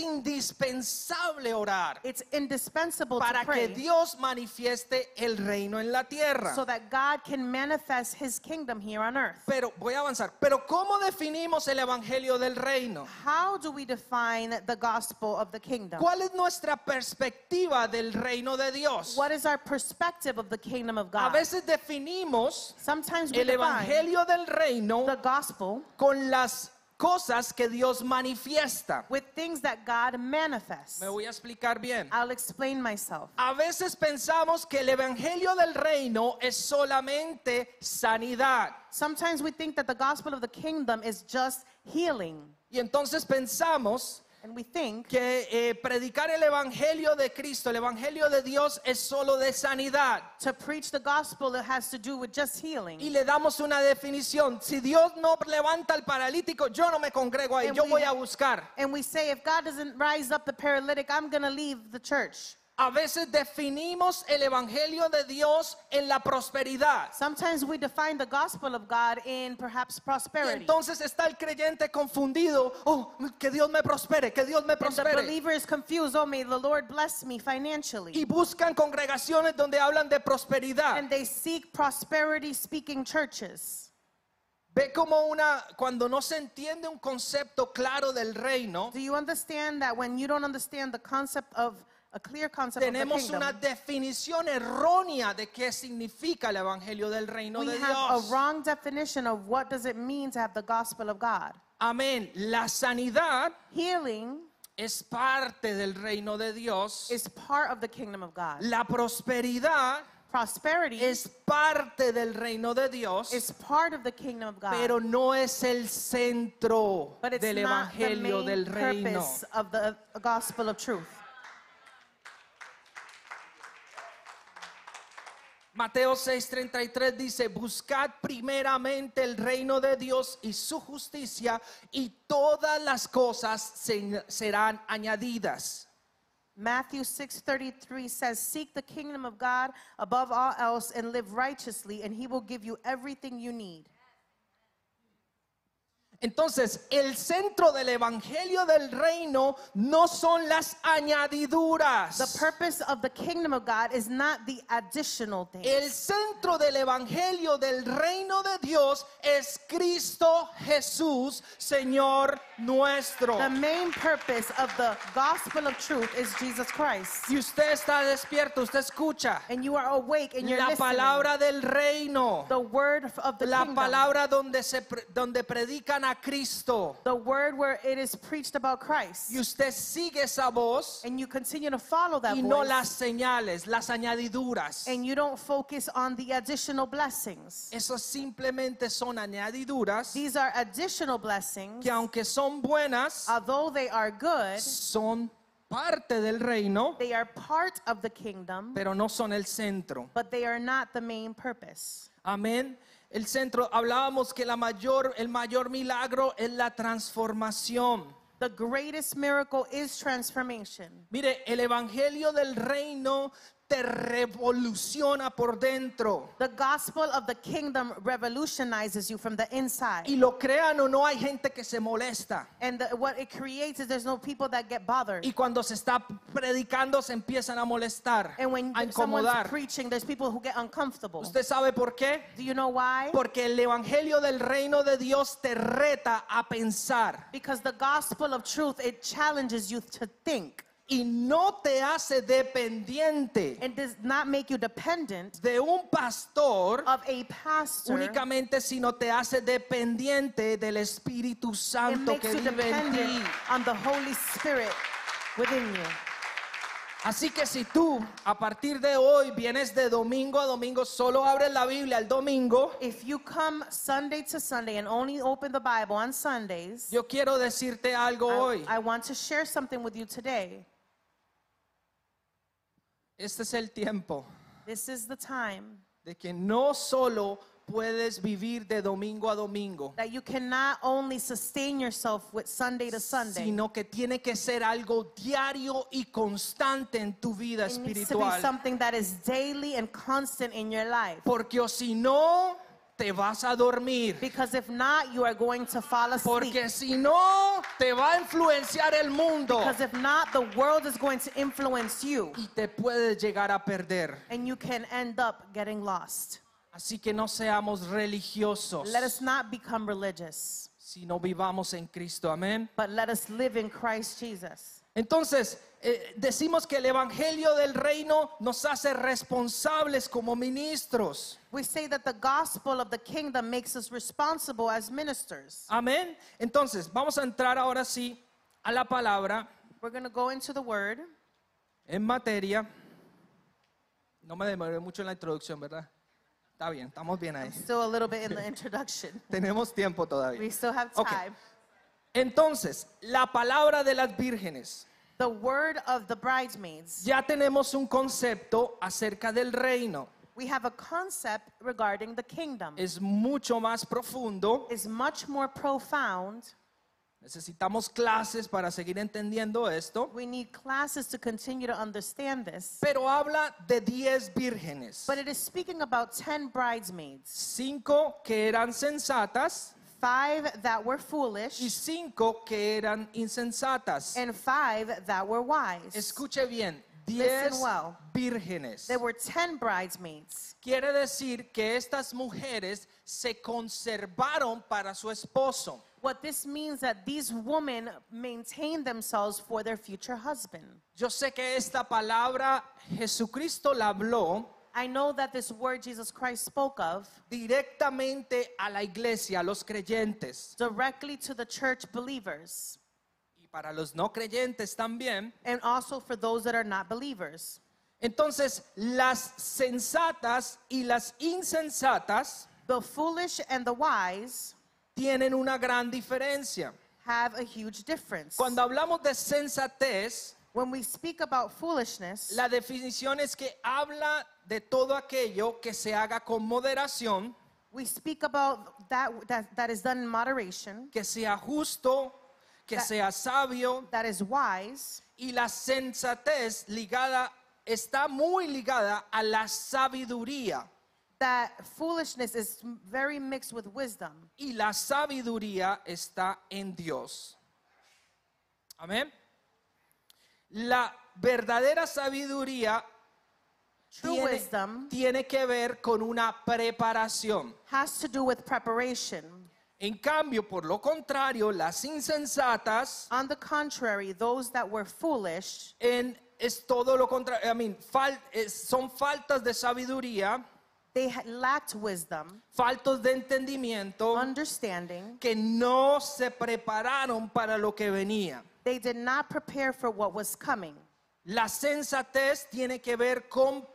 [SPEAKER 2] indispensable orar.
[SPEAKER 1] It's indispensable to
[SPEAKER 2] para que
[SPEAKER 1] pray
[SPEAKER 2] Dios manifieste el reino en la tierra.
[SPEAKER 1] so that God can manifest his kingdom here on earth.
[SPEAKER 2] Pero voy a avanzar. Pero ¿cómo definimos el evangelio del reino?
[SPEAKER 1] How do we define the gospel of the kingdom?
[SPEAKER 2] ¿Cuál es nuestra perspectiva del reino de Dios?
[SPEAKER 1] What is our perspective of the kingdom of
[SPEAKER 2] A
[SPEAKER 1] God?
[SPEAKER 2] veces definimos
[SPEAKER 1] Sometimes we
[SPEAKER 2] el
[SPEAKER 1] define
[SPEAKER 2] evangelio del reino
[SPEAKER 1] the gospel
[SPEAKER 2] con las cosas que Dios manifiesta.
[SPEAKER 1] with things that God manifests.
[SPEAKER 2] Me voy a explicar bien.
[SPEAKER 1] I'll explain myself.
[SPEAKER 2] A veces pensamos que el evangelio del reino es solamente sanidad.
[SPEAKER 1] Sometimes we think that the gospel of the kingdom is just healing,
[SPEAKER 2] Y entonces pensamos
[SPEAKER 1] and we think
[SPEAKER 2] que eh, predicar el evangelio de Cristo, el evangelio de Dios es solo de sanidad.
[SPEAKER 1] to preach the gospel it has to do with just healing.
[SPEAKER 2] Y le damos una definición. Si Dios no levanta al paralítico, yo no me congrego ahí, yo voy a buscar.
[SPEAKER 1] And we say, if God doesn't rise up the paralytic, I'm going to leave the church.
[SPEAKER 2] A veces definimos el evangelio de Dios en la prosperidad.
[SPEAKER 1] Sometimes we define the gospel of God in perhaps
[SPEAKER 2] Y
[SPEAKER 1] prosperity.
[SPEAKER 2] entonces está el creyente confundido. Oh, que Dios me prospere, que Dios me
[SPEAKER 1] And the
[SPEAKER 2] prospere.
[SPEAKER 1] believer is confused. Oh, may the Lord bless me financially.
[SPEAKER 2] y buscan congregaciones donde hablan de prosperidad.
[SPEAKER 1] And they seek prosperity speaking churches.
[SPEAKER 2] Ve como una, cuando no se entiende un concepto claro del reino,
[SPEAKER 1] Do you understand that when you don't understand the concept of a clear concept of the
[SPEAKER 2] tenemos
[SPEAKER 1] kingdom,
[SPEAKER 2] una definición errónea de qué significa el evangelio del reino
[SPEAKER 1] we
[SPEAKER 2] de
[SPEAKER 1] have a
[SPEAKER 2] Dios.
[SPEAKER 1] wrong definition of what does it mean to have the gospel of God?
[SPEAKER 2] Amén. La sanidad
[SPEAKER 1] Healing
[SPEAKER 2] es parte del reino de Dios.
[SPEAKER 1] is part of the kingdom of God.
[SPEAKER 2] La prosperidad
[SPEAKER 1] Prosperity
[SPEAKER 2] es parte del reino de Dios,
[SPEAKER 1] is part of the kingdom of God.
[SPEAKER 2] pero no es el centro
[SPEAKER 1] But it's
[SPEAKER 2] del
[SPEAKER 1] not the
[SPEAKER 2] evangelio
[SPEAKER 1] main
[SPEAKER 2] del reino.
[SPEAKER 1] purpose of the gospel of truth.
[SPEAKER 2] Mateo 6:33 dice, buscad primeramente el reino de Dios y su justicia y todas las cosas se- serán añadidas.
[SPEAKER 1] Matthew 6:33 says, "Seek the kingdom of God above all else and live righteously, and he will give you everything you need."
[SPEAKER 2] Entonces, el centro del evangelio del reino no son las
[SPEAKER 1] The
[SPEAKER 2] añadiduras.
[SPEAKER 1] purpose of the kingdom of God is not the additional thing.
[SPEAKER 2] El centro del evangelio del reino de Dios es Cristo Jesús, Señor nuestro.
[SPEAKER 1] The main purpose of the gospel of truth is Jesus Christ.
[SPEAKER 2] Si usted está despierto, usted escucha
[SPEAKER 1] And you are awake and you're
[SPEAKER 2] la
[SPEAKER 1] listening.
[SPEAKER 2] palabra del reino.
[SPEAKER 1] The word of the
[SPEAKER 2] La
[SPEAKER 1] kingdom.
[SPEAKER 2] palabra donde, se, pre- donde predican a Cristo.
[SPEAKER 1] The word where it is preached about Christ.
[SPEAKER 2] Y usted sigue esa voz
[SPEAKER 1] And you continue to follow that
[SPEAKER 2] y no
[SPEAKER 1] voice.
[SPEAKER 2] las señales, las añadiduras.
[SPEAKER 1] and you don't focus on the additional blessings.
[SPEAKER 2] Esas simplemente son añadiduras
[SPEAKER 1] These are additional blessings.
[SPEAKER 2] que aunque son buenas,
[SPEAKER 1] Although they are good,
[SPEAKER 2] son parte del reino,
[SPEAKER 1] they are part of the kingdom,
[SPEAKER 2] pero no son el centro.
[SPEAKER 1] but they are not the main purpose.
[SPEAKER 2] Amén. El centro, hablábamos que la mayor, el mayor milagro es la transformación.
[SPEAKER 1] The greatest miracle is transformation.
[SPEAKER 2] Mire, el evangelio del reino te revoluciona por dentro.
[SPEAKER 1] The gospel of the kingdom revolutionizes you from the
[SPEAKER 2] Y
[SPEAKER 1] inside.
[SPEAKER 2] lo crean o no, hay gente que se molesta.
[SPEAKER 1] And the, what it creates is there's no people that get bothered.
[SPEAKER 2] Y cuando se está predicando, se empiezan a molestar,
[SPEAKER 1] And when
[SPEAKER 2] a
[SPEAKER 1] someone's
[SPEAKER 2] incomodar.
[SPEAKER 1] preaching, there's people who get uncomfortable.
[SPEAKER 2] ¿Usted sabe por qué?
[SPEAKER 1] Do you know why?
[SPEAKER 2] Porque el evangelio del reino de Dios te reta a pensar
[SPEAKER 1] Because the gospel of truth, it challenges you to think.
[SPEAKER 2] y no te hace dependiente
[SPEAKER 1] and does not make you dependent
[SPEAKER 2] de un pastor
[SPEAKER 1] of a pastor.
[SPEAKER 2] únicamente, sino te hace dependiente del Espíritu
[SPEAKER 1] It
[SPEAKER 2] Santo
[SPEAKER 1] makes you
[SPEAKER 2] que vive en ti.
[SPEAKER 1] dependent on the Holy Spirit within you.
[SPEAKER 2] Así que si tú a partir de hoy vienes de domingo a domingo, solo abres la Biblia el domingo,
[SPEAKER 1] If you come Sunday to Sunday and only open the Bible on Sundays,
[SPEAKER 2] yo quiero decirte algo
[SPEAKER 1] I,
[SPEAKER 2] hoy.
[SPEAKER 1] I want to share something with you today.
[SPEAKER 2] Este es el tiempo
[SPEAKER 1] This is the time
[SPEAKER 2] de que no solo puedes vivir de domingo a domingo,
[SPEAKER 1] that you cannot only sustain yourself with Sunday to Sunday.
[SPEAKER 2] sino que tiene que ser algo diario y constante en tu vida
[SPEAKER 1] It needs to be
[SPEAKER 2] espiritual.
[SPEAKER 1] something that is daily and constant in your life.
[SPEAKER 2] Porque o si no, te vas a dormir.
[SPEAKER 1] Because if not, you are going to fall asleep.
[SPEAKER 2] Porque si no, te va a influenciar el mundo
[SPEAKER 1] Because if not, the world is going to influence you
[SPEAKER 2] y te puedes llegar a perder.
[SPEAKER 1] and you can end up getting lost.
[SPEAKER 2] Así que no seamos religiosos,
[SPEAKER 1] Let us not become religious,
[SPEAKER 2] sino vivamos en Cristo. Amén.
[SPEAKER 1] but let us live in Christ Jesus.
[SPEAKER 2] Entonces, eh, decimos que el Evangelio del Reino nos hace responsables como ministros.
[SPEAKER 1] We say that the gospel of the kingdom makes us responsible as ministers.
[SPEAKER 2] Amén. Entonces, vamos a entrar ahora sí a la palabra
[SPEAKER 1] We're going to go into the word.
[SPEAKER 2] en materia. No me demoré mucho en la introducción, ¿verdad? Está bien, estamos bien ahí.
[SPEAKER 1] Still a little bit in the introduction.
[SPEAKER 2] Tenemos tiempo todavía.
[SPEAKER 1] We still have time.
[SPEAKER 2] Okay. Entonces, la palabra de las vírgenes.
[SPEAKER 1] The word of the bridesmaids.
[SPEAKER 2] Ya tenemos un concepto acerca del reino.
[SPEAKER 1] We have a concept regarding the kingdom.
[SPEAKER 2] Es mucho más profundo.
[SPEAKER 1] is much more profound.
[SPEAKER 2] Necesitamos clases para seguir entendiendo esto.
[SPEAKER 1] We need classes to continue to understand this.
[SPEAKER 2] Pero habla de 10 vírgenes.
[SPEAKER 1] But it is speaking about 10 bridesmaids,
[SPEAKER 2] Cinco que eran sensatas
[SPEAKER 1] five that were
[SPEAKER 2] y
[SPEAKER 1] foolish,
[SPEAKER 2] cinco que eran insensatas.
[SPEAKER 1] and five that were wise.
[SPEAKER 2] Escuche bien,
[SPEAKER 1] Listen
[SPEAKER 2] 10
[SPEAKER 1] well.
[SPEAKER 2] vírgenes.
[SPEAKER 1] There were 10 bridesmaids.
[SPEAKER 2] Quiere decir que estas mujeres se conservaron para su esposo.
[SPEAKER 1] What this means that these women maintained themselves for their future husband.
[SPEAKER 2] Yo sé que esta palabra Jesucristo la habló
[SPEAKER 1] I know that this word Jesus Christ spoke of
[SPEAKER 2] directamente a la iglesia, a los creyentes.
[SPEAKER 1] directly to the church believers
[SPEAKER 2] y para los no creyentes también.
[SPEAKER 1] and also for those that are not believers.
[SPEAKER 2] Entonces, las sensatas y las insensatas
[SPEAKER 1] The foolish and the wise
[SPEAKER 2] tienen una gran diferencia.
[SPEAKER 1] have a huge difference.
[SPEAKER 2] Cuando hablamos de sensatez,
[SPEAKER 1] when we speak about foolishness,
[SPEAKER 2] la definición es que habla de todo aquello que se haga con moderación,
[SPEAKER 1] we speak about that, that that is done in moderation,
[SPEAKER 2] que sea justo, que
[SPEAKER 1] La-
[SPEAKER 2] sea sabio.
[SPEAKER 1] that is wise,
[SPEAKER 2] Y la sensatez ligada está muy ligada a la sabiduría.
[SPEAKER 1] that foolishness is m- very mixed with wisdom,
[SPEAKER 2] y la sabiduría está en Dios. Amén. La verdadera sabiduría
[SPEAKER 1] True
[SPEAKER 2] tiene,
[SPEAKER 1] wisdom.
[SPEAKER 2] tiene que ver con una preparación.
[SPEAKER 1] has to do with preparation.
[SPEAKER 2] En cambio, por lo contrario, las insensatas
[SPEAKER 1] On the contrary, those that were foolish
[SPEAKER 2] en- es todo lo contrario. I mean, fal- es- son faltas de sabiduría,
[SPEAKER 1] they had lacked wisdom,
[SPEAKER 2] faltos de entendimiento
[SPEAKER 1] understanding.
[SPEAKER 2] que no se prepararon para lo que venía.
[SPEAKER 1] They did not prepare for what was coming.
[SPEAKER 2] La sensatez tiene que ver con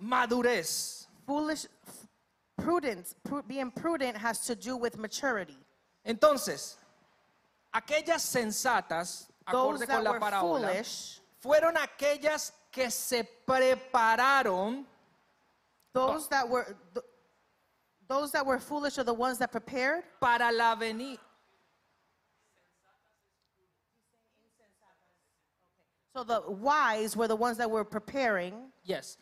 [SPEAKER 2] madurez.
[SPEAKER 1] Foolish, f- prudence, pru- being prudent has to do with maturity.
[SPEAKER 2] Entonces, aquellas sensatas,
[SPEAKER 1] Those
[SPEAKER 2] acorde
[SPEAKER 1] that
[SPEAKER 2] con la
[SPEAKER 1] were
[SPEAKER 2] parábola,
[SPEAKER 1] foolish,
[SPEAKER 2] fueron aquellas que se prepararon
[SPEAKER 1] those that were th- those that were foolish are the ones that prepared.
[SPEAKER 2] para la venida.
[SPEAKER 1] So the wise were the ones that were preparing.
[SPEAKER 2] Yes.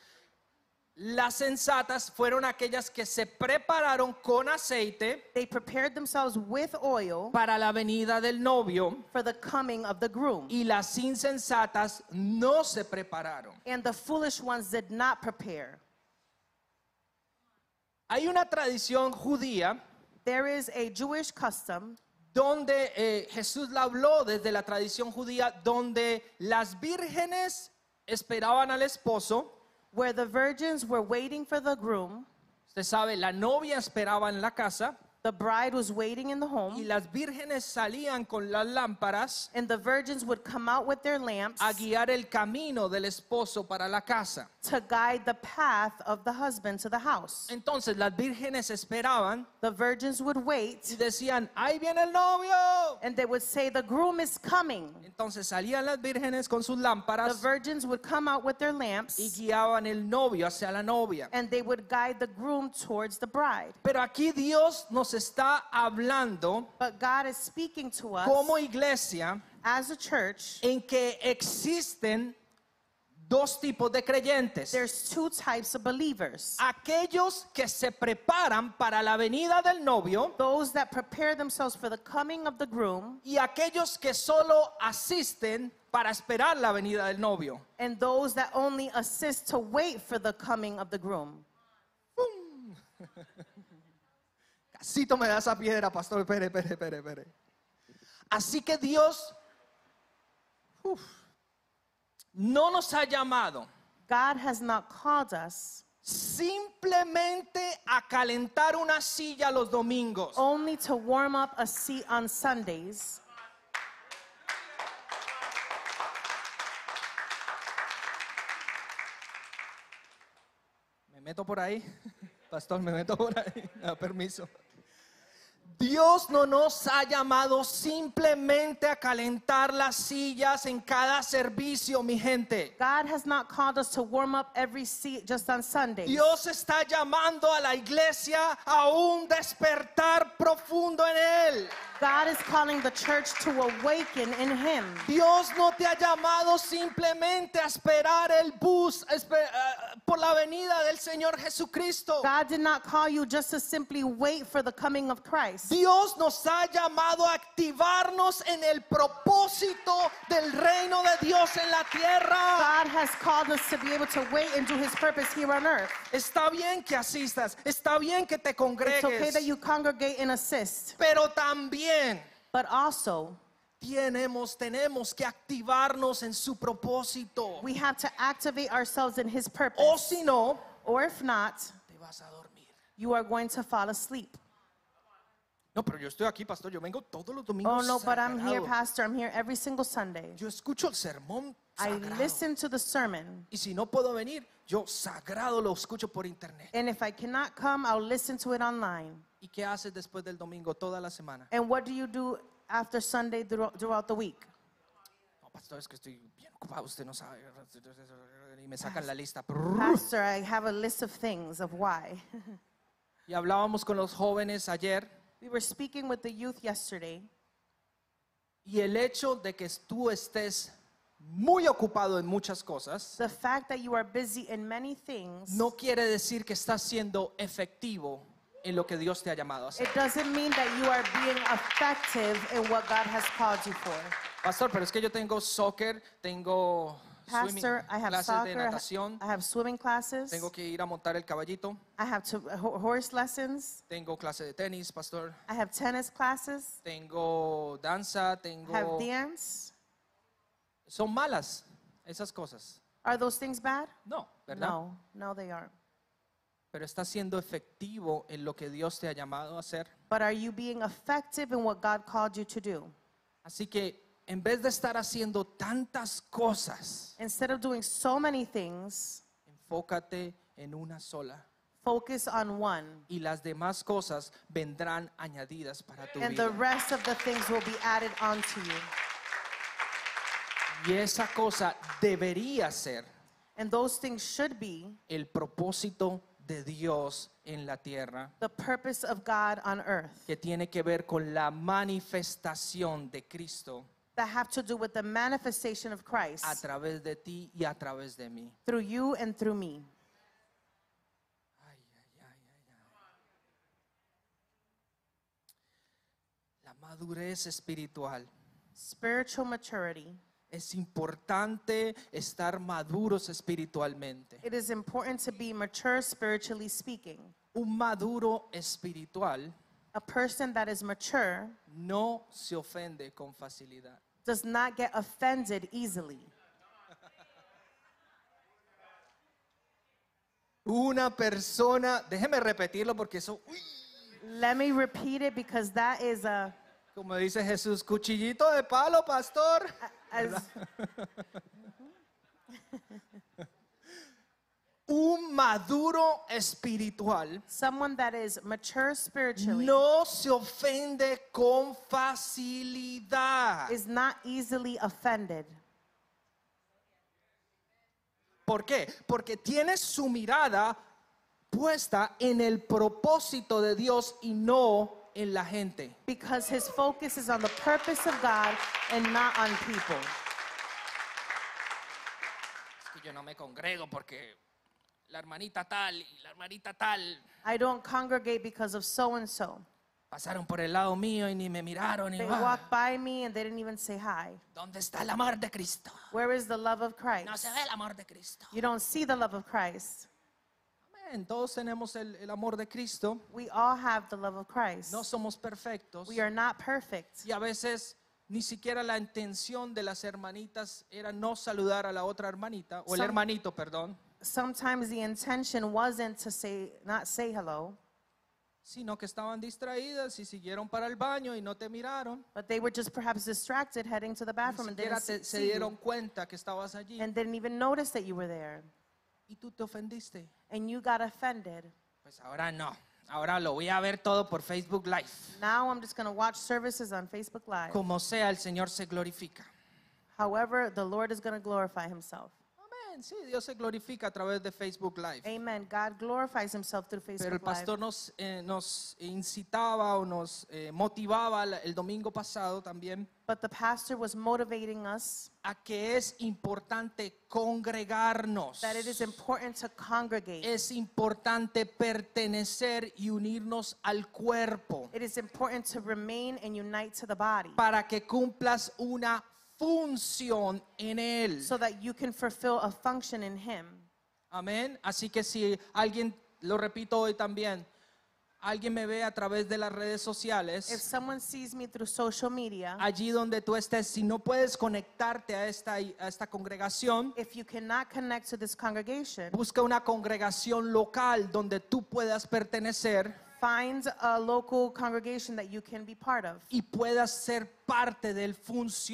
[SPEAKER 2] Las sensatas fueron aquellas que se prepararon con aceite
[SPEAKER 1] They prepared themselves with oil
[SPEAKER 2] para la venida del novio
[SPEAKER 1] for the coming of the groom.
[SPEAKER 2] y las insensatas no se prepararon.
[SPEAKER 1] And the foolish ones did not prepare.
[SPEAKER 2] Hay una tradición judía
[SPEAKER 1] There is a Jewish custom
[SPEAKER 2] donde eh, Jesús la habló desde la tradición judía, donde las vírgenes esperaban al esposo,
[SPEAKER 1] where the virgins were waiting for the groom,
[SPEAKER 2] usted sabe, la novia esperaba en la casa,
[SPEAKER 1] the bride was waiting in the
[SPEAKER 2] y
[SPEAKER 1] home,
[SPEAKER 2] las vírgenes salían con las lámparas
[SPEAKER 1] and the virgins would come out with their lamps
[SPEAKER 2] a guiar el camino del esposo para la casa.
[SPEAKER 1] to guide the path of the husband to the house.
[SPEAKER 2] Entonces las vírgenes esperaban
[SPEAKER 1] The virgins would
[SPEAKER 2] y
[SPEAKER 1] wait
[SPEAKER 2] decían, ahí viene el novio.
[SPEAKER 1] and they would say, The groom is coming.
[SPEAKER 2] Entonces salían las vírgenes con sus
[SPEAKER 1] The
[SPEAKER 2] lámparas
[SPEAKER 1] virgins would come out with their
[SPEAKER 2] y
[SPEAKER 1] lamps
[SPEAKER 2] guiaban el novio hacia la novia.
[SPEAKER 1] and they would guide the groom towards the bride.
[SPEAKER 2] Pero aquí Dios nos está hablando
[SPEAKER 1] But God is speaking to us
[SPEAKER 2] como iglesia
[SPEAKER 1] as a church.
[SPEAKER 2] en que existen dos tipos de creyentes.
[SPEAKER 1] There's two types of believers
[SPEAKER 2] Aquellos que se preparan para la venida del novio
[SPEAKER 1] those that prepare themselves for the coming of the groom,
[SPEAKER 2] y aquellos que solo asisten para esperar la venida del novio.
[SPEAKER 1] and those that only assist to wait for the coming of the groom.
[SPEAKER 2] Casito me da esa piedra, pastor. Espere, espere, espere, espere. Así que Dios, uf, no nos ha llamado
[SPEAKER 1] God has not called us
[SPEAKER 2] simplemente a calentar una silla los domingos.
[SPEAKER 1] only to warm up a seat on Sundays.
[SPEAKER 2] Me meto por ahí. Pastor, me meto por ahí. Me da permiso. Dios no nos ha llamado simplemente a calentar las sillas en cada servicio, mi gente.
[SPEAKER 1] God has not called us to warm up every seat just on Sundays.
[SPEAKER 2] Dios está llamando a la iglesia a un despertar profundo en Él.
[SPEAKER 1] God is calling the church to awaken in Him.
[SPEAKER 2] Dios no te ha llamado simplemente a esperar el bus espe- ah, por la venida del Señor Jesucristo.
[SPEAKER 1] God did not call you just to simply wait for the coming of Christ.
[SPEAKER 2] Dios nos ha llamado a activarnos en el propósito del reino de Dios en la tierra.
[SPEAKER 1] God has called us to be able to wait and do His purpose here on earth.
[SPEAKER 2] Está bien que asistas, está bien que te
[SPEAKER 1] It's okay that
[SPEAKER 2] congregues,
[SPEAKER 1] you congregate and assist,
[SPEAKER 2] pero también
[SPEAKER 1] but also
[SPEAKER 2] tenemos, tenemos que activarnos en su propósito.
[SPEAKER 1] we have to activate ourselves in His
[SPEAKER 2] O
[SPEAKER 1] purpose.
[SPEAKER 2] Oh, si no,
[SPEAKER 1] Or if not,
[SPEAKER 2] te vas a dormir.
[SPEAKER 1] you are going to fall asleep.
[SPEAKER 2] No, pero yo estoy aquí, pastor. Yo vengo todos los
[SPEAKER 1] Oh
[SPEAKER 2] domingos.
[SPEAKER 1] no, but I'm here,
[SPEAKER 2] sagrado.
[SPEAKER 1] Pastor. I'm here every single Sunday.
[SPEAKER 2] Yo escucho el sermón
[SPEAKER 1] I
[SPEAKER 2] sagrado.
[SPEAKER 1] listen to the sermon.
[SPEAKER 2] Y si no puedo venir, yo sagrado lo escucho por internet.
[SPEAKER 1] And if I cannot come, I'll listen to it online.
[SPEAKER 2] ¿Y qué haces después del domingo toda la semana?
[SPEAKER 1] And what do you do after Sunday thro- throughout the week?
[SPEAKER 2] No, pastor, es que estoy bien ocupado, usted no sabe. Y me sacan la lista.
[SPEAKER 1] Pastor, I have a list of things of why.
[SPEAKER 2] Y hablábamos con los jóvenes ayer
[SPEAKER 1] we were speaking with the youth yesterday,
[SPEAKER 2] y el hecho de que tú estés muy ocupado en muchas cosas
[SPEAKER 1] the fact that you are busy in many things,
[SPEAKER 2] no quiere decir que estás siendo efectivo en lo que Dios te ha llamado a hacer.
[SPEAKER 1] it doesn't mean that you are being effective in what God has called you for.
[SPEAKER 2] Pastor, pero es que yo tengo soccer, tengo swimming,
[SPEAKER 1] Pastor, I have
[SPEAKER 2] clases
[SPEAKER 1] soccer,
[SPEAKER 2] de
[SPEAKER 1] I ha-
[SPEAKER 2] natación,
[SPEAKER 1] I have swimming classes,
[SPEAKER 2] tengo que ir a montar el caballito,
[SPEAKER 1] I have to, uh, ho- horse lessons,
[SPEAKER 2] tengo clase de tenis, pastor,
[SPEAKER 1] I have tennis classes,
[SPEAKER 2] tengo
[SPEAKER 1] I
[SPEAKER 2] danza,
[SPEAKER 1] have
[SPEAKER 2] tengo
[SPEAKER 1] dance.
[SPEAKER 2] son malas esas cosas.
[SPEAKER 1] Are those things bad?
[SPEAKER 2] No, ¿verdad?
[SPEAKER 1] No, no, they aren't.
[SPEAKER 2] Pero estás siendo efectivo en lo que Dios te ha llamado a hacer.
[SPEAKER 1] But are you being effective in what God called you to do?
[SPEAKER 2] Así que en vez de estar haciendo tantas cosas,
[SPEAKER 1] Instead of doing so many things,
[SPEAKER 2] enfócate en una sola
[SPEAKER 1] focus on one.
[SPEAKER 2] y las demás cosas vendrán añadidas para tu
[SPEAKER 1] And
[SPEAKER 2] vida.
[SPEAKER 1] the rest of the things will be added onto you.
[SPEAKER 2] Y esa cosa debería ser
[SPEAKER 1] And those things should be
[SPEAKER 2] el propósito de Dios en la tierra,
[SPEAKER 1] the purpose of God on earth
[SPEAKER 2] que tiene que ver con la manifestación de Cristo
[SPEAKER 1] that have to do with the manifestation of
[SPEAKER 2] a
[SPEAKER 1] Christ
[SPEAKER 2] través de ti y a través de mí.
[SPEAKER 1] through you and through me.
[SPEAKER 2] La madurez espiritual.
[SPEAKER 1] Spiritual maturity.
[SPEAKER 2] Es importante estar maduros espiritualmente.
[SPEAKER 1] It is important to be mature spiritually speaking.
[SPEAKER 2] Un maduro espiritual
[SPEAKER 1] A person that is mature
[SPEAKER 2] no se ofende con facilidad.
[SPEAKER 1] does not get offended easily.
[SPEAKER 2] Una persona, déjeme repetirlo porque eso, uy,
[SPEAKER 1] Let me repeat it because that is a
[SPEAKER 2] como dice Jesús, cuchillito de palo, pastor.
[SPEAKER 1] as
[SPEAKER 2] Un maduro espiritual
[SPEAKER 1] someone that is mature spiritually
[SPEAKER 2] no se ofende con facilidad.
[SPEAKER 1] is not easily offended
[SPEAKER 2] ¿Por qué? Porque tiene su mirada puesta en el propósito de Dios y no en la gente.
[SPEAKER 1] because his focus is on the purpose of God and not on people.
[SPEAKER 2] Es que yo no me congrego porque la hermanita tal y la hermanita tal
[SPEAKER 1] I don't congregate because of so and so.
[SPEAKER 2] pasaron por el lado mío y ni me miraron. Y,
[SPEAKER 1] They
[SPEAKER 2] "Ah,
[SPEAKER 1] walk by me and they didn't even say hi.
[SPEAKER 2] ¿Dónde está el amor de Cristo?
[SPEAKER 1] Where is the love of
[SPEAKER 2] No
[SPEAKER 1] Christ?
[SPEAKER 2] se ve el amor de Cristo.
[SPEAKER 1] You don't see the love of Christ.
[SPEAKER 2] Amén. Todos tenemos el, el amor de Cristo.
[SPEAKER 1] We all have the love of Christ.
[SPEAKER 2] No somos perfectos.
[SPEAKER 1] We are not perfect.
[SPEAKER 2] Y a veces Ni siquiera la intención de las hermanitas era no saludar a la otra hermanita, o el
[SPEAKER 1] Some-
[SPEAKER 2] hermanito, perdón,
[SPEAKER 1] Sometimes the intention wasn't to say, not say hello,
[SPEAKER 2] sino que estaban distraídas y siguieron para el baño y no te miraron.
[SPEAKER 1] but they were just perhaps distracted heading to the bathroom and
[SPEAKER 2] Ni
[SPEAKER 1] didn't
[SPEAKER 2] siquiera
[SPEAKER 1] see
[SPEAKER 2] te- se
[SPEAKER 1] see you
[SPEAKER 2] dieron cuenta que estabas allí
[SPEAKER 1] and didn't even notice that you were there.
[SPEAKER 2] y tú te ofendiste.
[SPEAKER 1] And you got offended.
[SPEAKER 2] Pues ahora no, ahora lo voy a ver todo por Facebook Live.
[SPEAKER 1] Now I'm just going to watch services on Facebook Live.
[SPEAKER 2] Como sea, el Señor se glorifica.
[SPEAKER 1] However, the Lord is going to glorify himself.
[SPEAKER 2] Amén, sí, Dios se glorifica a través de Facebook Live.
[SPEAKER 1] Amen. God glorifies himself through
[SPEAKER 2] Pero el
[SPEAKER 1] Facebook Live.
[SPEAKER 2] pastor nos, eh, nos incitaba o nos eh, motivaba la- el domingo pasado también
[SPEAKER 1] But the pastor was motivating us
[SPEAKER 2] a que es importante congregarnos.
[SPEAKER 1] that it is important to congregate.
[SPEAKER 2] Es importante pertenecer y unirnos al cuerpo
[SPEAKER 1] It is important to remain and unite to the body
[SPEAKER 2] para que cumplas una función en él.
[SPEAKER 1] so that you can fulfill a function in Him.
[SPEAKER 2] Amén. Así que si alguien, lo repito hoy también, alguien me ve a través de las redes
[SPEAKER 1] If
[SPEAKER 2] sociales,
[SPEAKER 1] someone sees me through social media,
[SPEAKER 2] allí donde tú estés, si no puedes conectarte a esta, a esta congregación,
[SPEAKER 1] if you cannot connect to this congregation,
[SPEAKER 2] busca una congregación local donde tú puedas pertenecer
[SPEAKER 1] find a local congregation that you can be part of.
[SPEAKER 2] y puedas ser parte del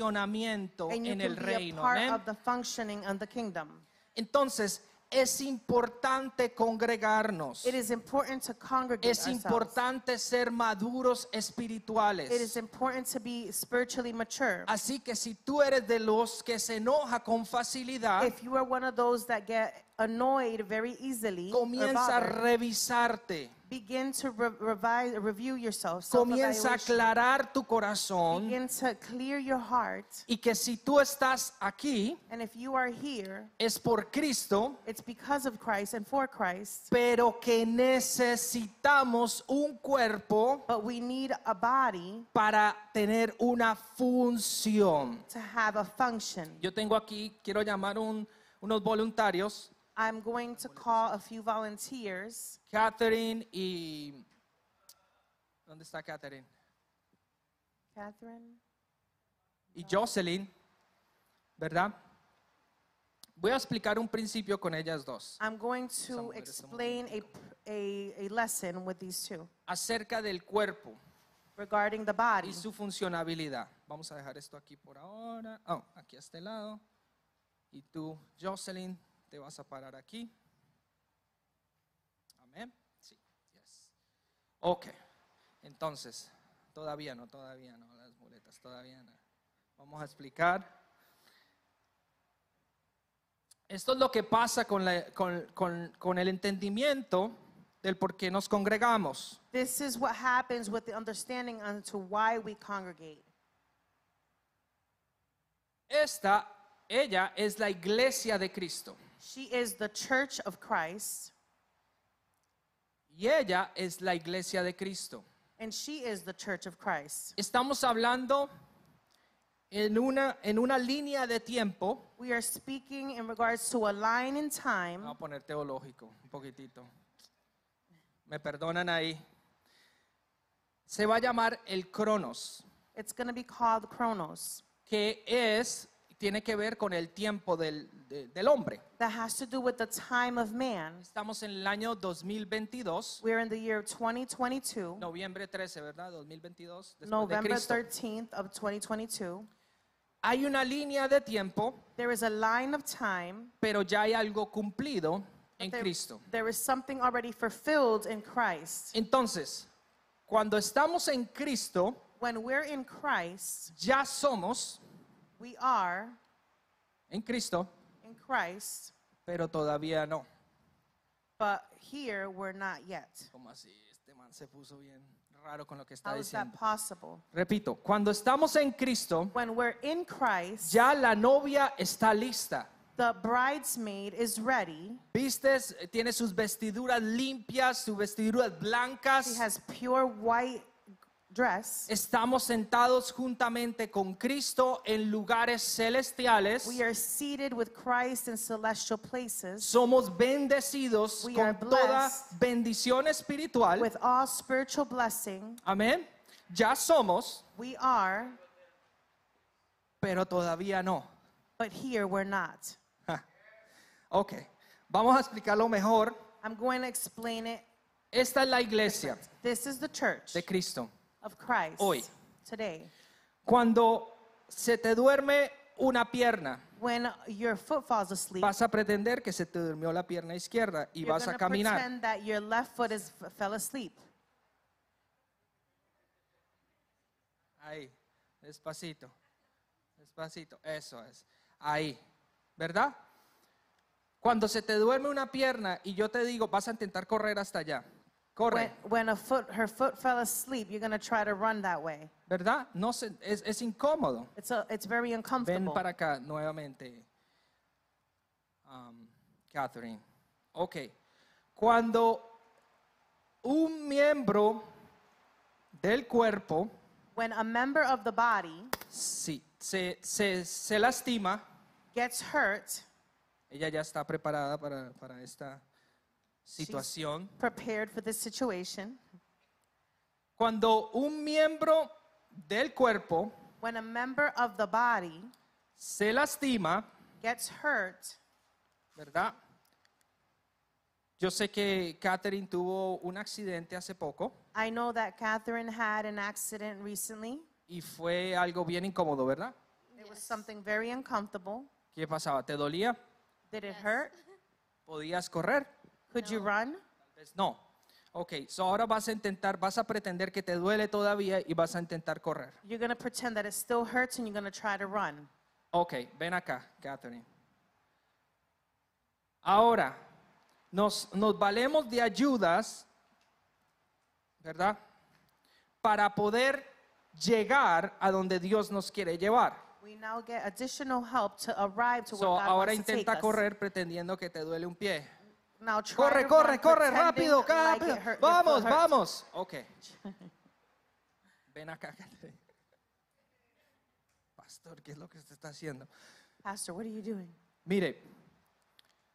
[SPEAKER 2] funcionamiento
[SPEAKER 1] And you
[SPEAKER 2] en el
[SPEAKER 1] can be a
[SPEAKER 2] reino.
[SPEAKER 1] part
[SPEAKER 2] Amén.
[SPEAKER 1] of the functioning of the kingdom.
[SPEAKER 2] Entonces, es importante congregarnos.
[SPEAKER 1] It is important to congregate
[SPEAKER 2] Es
[SPEAKER 1] ourselves.
[SPEAKER 2] importante ser maduros
[SPEAKER 1] It is
[SPEAKER 2] espirituales.
[SPEAKER 1] important to be spiritually mature.
[SPEAKER 2] Así que si tú eres de los que se enoja con facilidad,
[SPEAKER 1] If you are one of those that get annoyed very easily, or
[SPEAKER 2] comienza a
[SPEAKER 1] bothered,
[SPEAKER 2] revisarte,
[SPEAKER 1] begin to re- revise, review yourself.
[SPEAKER 2] comienza a
[SPEAKER 1] self-evaluation.
[SPEAKER 2] aclarar tu corazón
[SPEAKER 1] Begin to clear your heart.
[SPEAKER 2] y que si tú estás aquí
[SPEAKER 1] And if you are here,
[SPEAKER 2] es por Cristo,
[SPEAKER 1] it's because of Christ and for Christ.
[SPEAKER 2] pero que necesitamos un cuerpo
[SPEAKER 1] But we need a body
[SPEAKER 2] para tener una función.
[SPEAKER 1] to have a function.
[SPEAKER 2] Yo tengo aquí, quiero llamar un- unos voluntarios,
[SPEAKER 1] I'm going to call a few volunteers.
[SPEAKER 2] Catherine y... ¿Dónde está Catherine?
[SPEAKER 1] Catherine?
[SPEAKER 2] y Jocelyn, ¿verdad? Voy a explicar un principio con ellas dos
[SPEAKER 1] I'm going to
[SPEAKER 2] Somewhere,
[SPEAKER 1] explain a, a, a lesson with these two
[SPEAKER 2] acerca del cuerpo
[SPEAKER 1] regarding the body
[SPEAKER 2] y su funcionabilidad. Vamos a dejar esto aquí por ahora. Oh, aquí a este lado. Y tú, Jocelyn, te vas a parar aquí. Amén. Sí. Yes. Ok. Entonces, todavía no, todavía no, las muletas, todavía no. Vamos a explicar. Esto es lo que pasa con, la- con- con- con el entendimiento del por qué nos congregamos.
[SPEAKER 1] This is what happens with the understanding unto why we congregate.
[SPEAKER 2] Esta, ella es la iglesia de Cristo
[SPEAKER 1] She is the church of Christ,
[SPEAKER 2] y ella es la iglesia de Cristo.
[SPEAKER 1] and she is the church of Christ.
[SPEAKER 2] Estamos hablando en una, en una línea de tiempo,
[SPEAKER 1] We are speaking in regards to a line in time.
[SPEAKER 2] voy a poner teológico un poquitito, me perdonan ahí, se va a llamar el Cronos,
[SPEAKER 1] It's going to be called Chronos.
[SPEAKER 2] que es, tiene que ver con el tiempo del, de- del hombre.
[SPEAKER 1] That has to do with the time of man.
[SPEAKER 2] Estamos en el año 2022,
[SPEAKER 1] We're in the year 2022,
[SPEAKER 2] noviembre 13, ¿verdad? 2022, después de
[SPEAKER 1] November
[SPEAKER 2] Cristo.
[SPEAKER 1] 13th of 2022.
[SPEAKER 2] Hay una línea de tiempo,
[SPEAKER 1] There is a line of time.
[SPEAKER 2] pero ya hay algo cumplido
[SPEAKER 1] but
[SPEAKER 2] en
[SPEAKER 1] there-
[SPEAKER 2] Cristo.
[SPEAKER 1] there is something already fulfilled in Christ.
[SPEAKER 2] Entonces, cuando estamos en Cristo,
[SPEAKER 1] When we're in Christ,
[SPEAKER 2] ya somos
[SPEAKER 1] we are
[SPEAKER 2] en Cristo,
[SPEAKER 1] in Christ,
[SPEAKER 2] pero todavía no.
[SPEAKER 1] but here we're not yet.
[SPEAKER 2] ¿Cómo así? Este man se puso bien raro con lo que está
[SPEAKER 1] How is that
[SPEAKER 2] diciendo.
[SPEAKER 1] possible?
[SPEAKER 2] Repito, cuando estamos en Cristo,
[SPEAKER 1] When we're in Christ,
[SPEAKER 2] ya la novia está lista.
[SPEAKER 1] the bridesmaid is ready.
[SPEAKER 2] Vistes, eh, tiene sus vestiduras limpias, sus vestiduras
[SPEAKER 1] She
[SPEAKER 2] blancas.
[SPEAKER 1] has pure white dress.
[SPEAKER 2] Estamos sentados juntamente con Cristo en lugares celestiales.
[SPEAKER 1] We are seated with Christ in celestial places
[SPEAKER 2] Somos bendecidos
[SPEAKER 1] We are
[SPEAKER 2] con toda
[SPEAKER 1] blessed.
[SPEAKER 2] bendición espiritual.
[SPEAKER 1] with all spiritual blessing.
[SPEAKER 2] Amén. Ya somos,
[SPEAKER 1] We are
[SPEAKER 2] pero todavía no.
[SPEAKER 1] but here we're not.
[SPEAKER 2] Ok, vamos a explicarlo mejor.
[SPEAKER 1] I'm going to explain it.
[SPEAKER 2] Esta es la iglesia
[SPEAKER 1] This is the church
[SPEAKER 2] de Cristo.
[SPEAKER 1] of Christ
[SPEAKER 2] Hoy.
[SPEAKER 1] today.
[SPEAKER 2] Cuando se te duerme una pierna,
[SPEAKER 1] When your foot falls asleep,
[SPEAKER 2] vas a pretender que se te durmió la pierna izquierda y
[SPEAKER 1] you're
[SPEAKER 2] vas a
[SPEAKER 1] gonna
[SPEAKER 2] caminar.
[SPEAKER 1] pretend that your left foot is fell asleep.
[SPEAKER 2] Ahí, despacito, despacito, eso es, ahí, ¿verdad? Cuando se te duerme una pierna y yo te digo, vas a intentar correr hasta allá,
[SPEAKER 1] When,
[SPEAKER 2] corre,
[SPEAKER 1] when a foot, her foot fell asleep, you're gonna try to run that way.
[SPEAKER 2] ¿verdad? No se- es, es incómodo.
[SPEAKER 1] It's a, it's very
[SPEAKER 2] Ven
[SPEAKER 1] uncomfortable.
[SPEAKER 2] para acá nuevamente, um, Catherine. Ok, cuando un miembro del cuerpo
[SPEAKER 1] When a member of the body
[SPEAKER 2] sí, se- se- se lastima,
[SPEAKER 1] gets hurt,
[SPEAKER 2] Ella ya está preparada para, para esta situación.
[SPEAKER 1] prepared for this situation.
[SPEAKER 2] Cuando un miembro del cuerpo
[SPEAKER 1] When a member of the body
[SPEAKER 2] se lastima,
[SPEAKER 1] gets hurt,
[SPEAKER 2] ¿verdad? Yo sé que Catherine tuvo un accidente hace poco
[SPEAKER 1] I know that Catherine had an accident recently.
[SPEAKER 2] y fue algo bien incómodo, ¿verdad?
[SPEAKER 1] It was something very uncomfortable.
[SPEAKER 2] ¿Qué pasaba? ¿Te dolía?
[SPEAKER 1] Did it hurt?
[SPEAKER 2] ¿Podías correr?
[SPEAKER 1] Could you run?
[SPEAKER 2] Pues no. Ok, so ahora vas a intentar, vas a pretender que te duele todavía y vas a intentar correr.
[SPEAKER 1] You're gonna pretend that it still hurts and you're gonna try to run.
[SPEAKER 2] Ok, ven acá, Catherine. Ahora, nos, nos valemos de ayudas, ¿verdad? Para poder llegar a donde Dios nos quiere llevar.
[SPEAKER 1] We now get additional help to arrive to where
[SPEAKER 2] So,
[SPEAKER 1] God
[SPEAKER 2] ahora
[SPEAKER 1] wants to take
[SPEAKER 2] intenta
[SPEAKER 1] us.
[SPEAKER 2] correr pretendiendo que te duele un pie.
[SPEAKER 1] Now try
[SPEAKER 2] Corre,
[SPEAKER 1] to
[SPEAKER 2] corre,
[SPEAKER 1] run
[SPEAKER 2] corre,
[SPEAKER 1] pretending
[SPEAKER 2] rápido,
[SPEAKER 1] like
[SPEAKER 2] rápido.
[SPEAKER 1] it hurt- your
[SPEAKER 2] Vamos,
[SPEAKER 1] foot hurt.
[SPEAKER 2] vamos. Ok. Ven acá, Catherine. Pastor, ¿qué es lo que usted está haciendo?
[SPEAKER 1] Pastor, what are you doing?
[SPEAKER 2] Mire,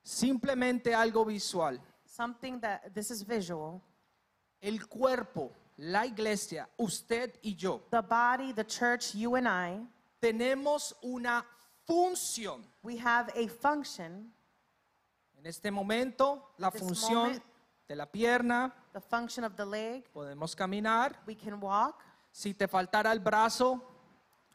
[SPEAKER 2] simplemente algo visual.
[SPEAKER 1] Something that this is visual.
[SPEAKER 2] El cuerpo, la iglesia, usted y yo
[SPEAKER 1] The body, the church, you and I,
[SPEAKER 2] tenemos una función.
[SPEAKER 1] we have a function,
[SPEAKER 2] En este momento, la
[SPEAKER 1] This
[SPEAKER 2] función
[SPEAKER 1] moment.
[SPEAKER 2] de la pierna,
[SPEAKER 1] the function of the leg.
[SPEAKER 2] podemos caminar.
[SPEAKER 1] We can walk.
[SPEAKER 2] Si te faltara el brazo,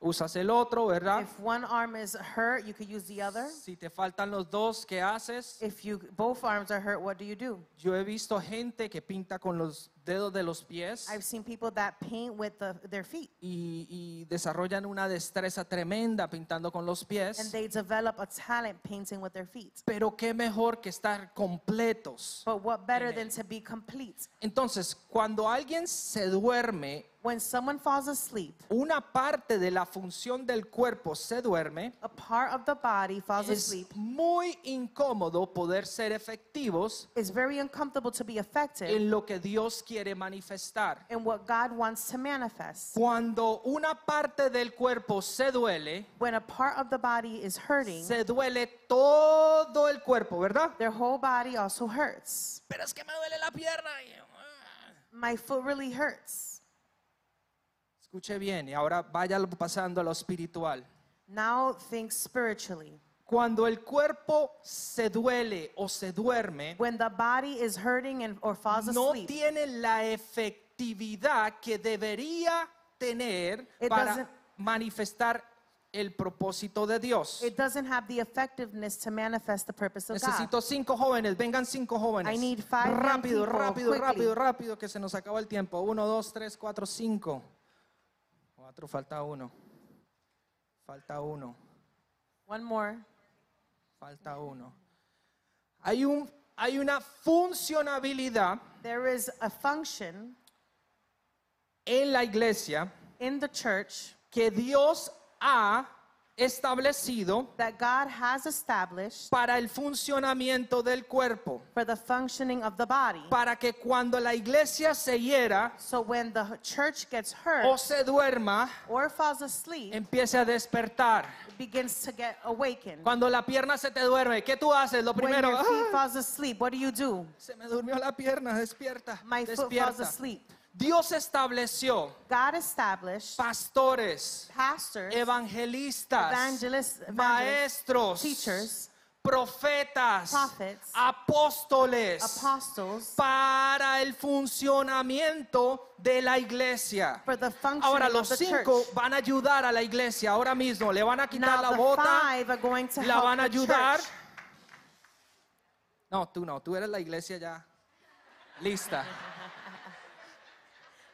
[SPEAKER 2] usas el otro, ¿verdad?
[SPEAKER 1] If one arm is hurt, you could use the other.
[SPEAKER 2] Si te faltan los dos, ¿qué haces?
[SPEAKER 1] If you both arms are hurt, what do you do?
[SPEAKER 2] Yo he visto gente que pinta con los dedos de los pies
[SPEAKER 1] I've seen people that paint with the, their feet
[SPEAKER 2] y, y desarrollan una destreza tremenda pintando con los
[SPEAKER 1] and
[SPEAKER 2] pies.
[SPEAKER 1] they develop a talent painting with their feet.
[SPEAKER 2] Pero qué mejor que estar completos.
[SPEAKER 1] But what better than to be complete?
[SPEAKER 2] Entonces, cuando alguien se duerme,
[SPEAKER 1] When someone falls asleep,
[SPEAKER 2] una parte de la función del cuerpo se duerme,
[SPEAKER 1] a part of the body falls
[SPEAKER 2] es
[SPEAKER 1] asleep.
[SPEAKER 2] muy incómodo poder ser efectivos
[SPEAKER 1] It's very uncomfortable to be effective
[SPEAKER 2] en lo que Dios quiere manifestar.
[SPEAKER 1] in what God wants to manifest.
[SPEAKER 2] Cuando una parte del cuerpo se duele,
[SPEAKER 1] When a part of the body is hurting,
[SPEAKER 2] se duele todo el cuerpo, ¿verdad?
[SPEAKER 1] their whole body also hurts.
[SPEAKER 2] Pero es que me duele la pierna. y-
[SPEAKER 1] My foot really hurts.
[SPEAKER 2] Escuche bien y ahora vaya pasando a lo espiritual.
[SPEAKER 1] Now think spiritually.
[SPEAKER 2] Cuando el cuerpo se duele o se duerme,
[SPEAKER 1] When the body is hurting and or falls
[SPEAKER 2] no
[SPEAKER 1] asleep,
[SPEAKER 2] tiene la efectividad que debería tener
[SPEAKER 1] It doesn't-
[SPEAKER 2] para manifestar el propósito de Dios.
[SPEAKER 1] it doesn't have the effectiveness to manifest the purpose of God.
[SPEAKER 2] Necesito cinco jóvenes, vengan cinco jóvenes.
[SPEAKER 1] I need five young
[SPEAKER 2] rápido,
[SPEAKER 1] people,
[SPEAKER 2] rápido,
[SPEAKER 1] quickly.
[SPEAKER 2] rápido, rápido, que se nos acaba el tiempo. Uno, dos, tres, cuatro, cinco. Cuatro, falta uno. Falta uno,
[SPEAKER 1] One more.
[SPEAKER 2] falta uno. Hay, un, hay una funcionabilidad
[SPEAKER 1] There is a function
[SPEAKER 2] en la iglesia
[SPEAKER 1] in the church
[SPEAKER 2] que Dios ha establecido
[SPEAKER 1] that God has established
[SPEAKER 2] para el funcionamiento del cuerpo,
[SPEAKER 1] for the functioning of the body.
[SPEAKER 2] para que cuando la iglesia se hiera
[SPEAKER 1] So when the church gets
[SPEAKER 2] o
[SPEAKER 1] hurt
[SPEAKER 2] se duerma,
[SPEAKER 1] or falls asleep, it
[SPEAKER 2] empiece a despertar.
[SPEAKER 1] begins to get awakened.
[SPEAKER 2] Cuando la pierna se te duerme, ¿qué tú haces? Lo
[SPEAKER 1] When
[SPEAKER 2] primero,
[SPEAKER 1] your feet
[SPEAKER 2] "Ah,
[SPEAKER 1] falls asleep, what do you do?
[SPEAKER 2] se me durmió la pierna, despierta,
[SPEAKER 1] My foot falls
[SPEAKER 2] despierta.
[SPEAKER 1] asleep.
[SPEAKER 2] Dios estableció
[SPEAKER 1] God established
[SPEAKER 2] pastores,
[SPEAKER 1] pastors,
[SPEAKER 2] evangelistas,
[SPEAKER 1] evangelists, evangelists,
[SPEAKER 2] maestros,
[SPEAKER 1] teachers,
[SPEAKER 2] profetas,
[SPEAKER 1] prophets,
[SPEAKER 2] apóstoles,
[SPEAKER 1] apostles
[SPEAKER 2] para el funcionamiento de la iglesia.
[SPEAKER 1] for the function
[SPEAKER 2] Ahora
[SPEAKER 1] of
[SPEAKER 2] los
[SPEAKER 1] the
[SPEAKER 2] cinco
[SPEAKER 1] church.
[SPEAKER 2] van a ayudar a la iglesia ahora mismo. Le van a quitar
[SPEAKER 1] Now
[SPEAKER 2] la
[SPEAKER 1] the
[SPEAKER 2] bota.
[SPEAKER 1] five are going to
[SPEAKER 2] la
[SPEAKER 1] help
[SPEAKER 2] van a
[SPEAKER 1] the
[SPEAKER 2] ayudar.
[SPEAKER 1] church.
[SPEAKER 2] No, tú no, tú eres la iglesia ya. Lista.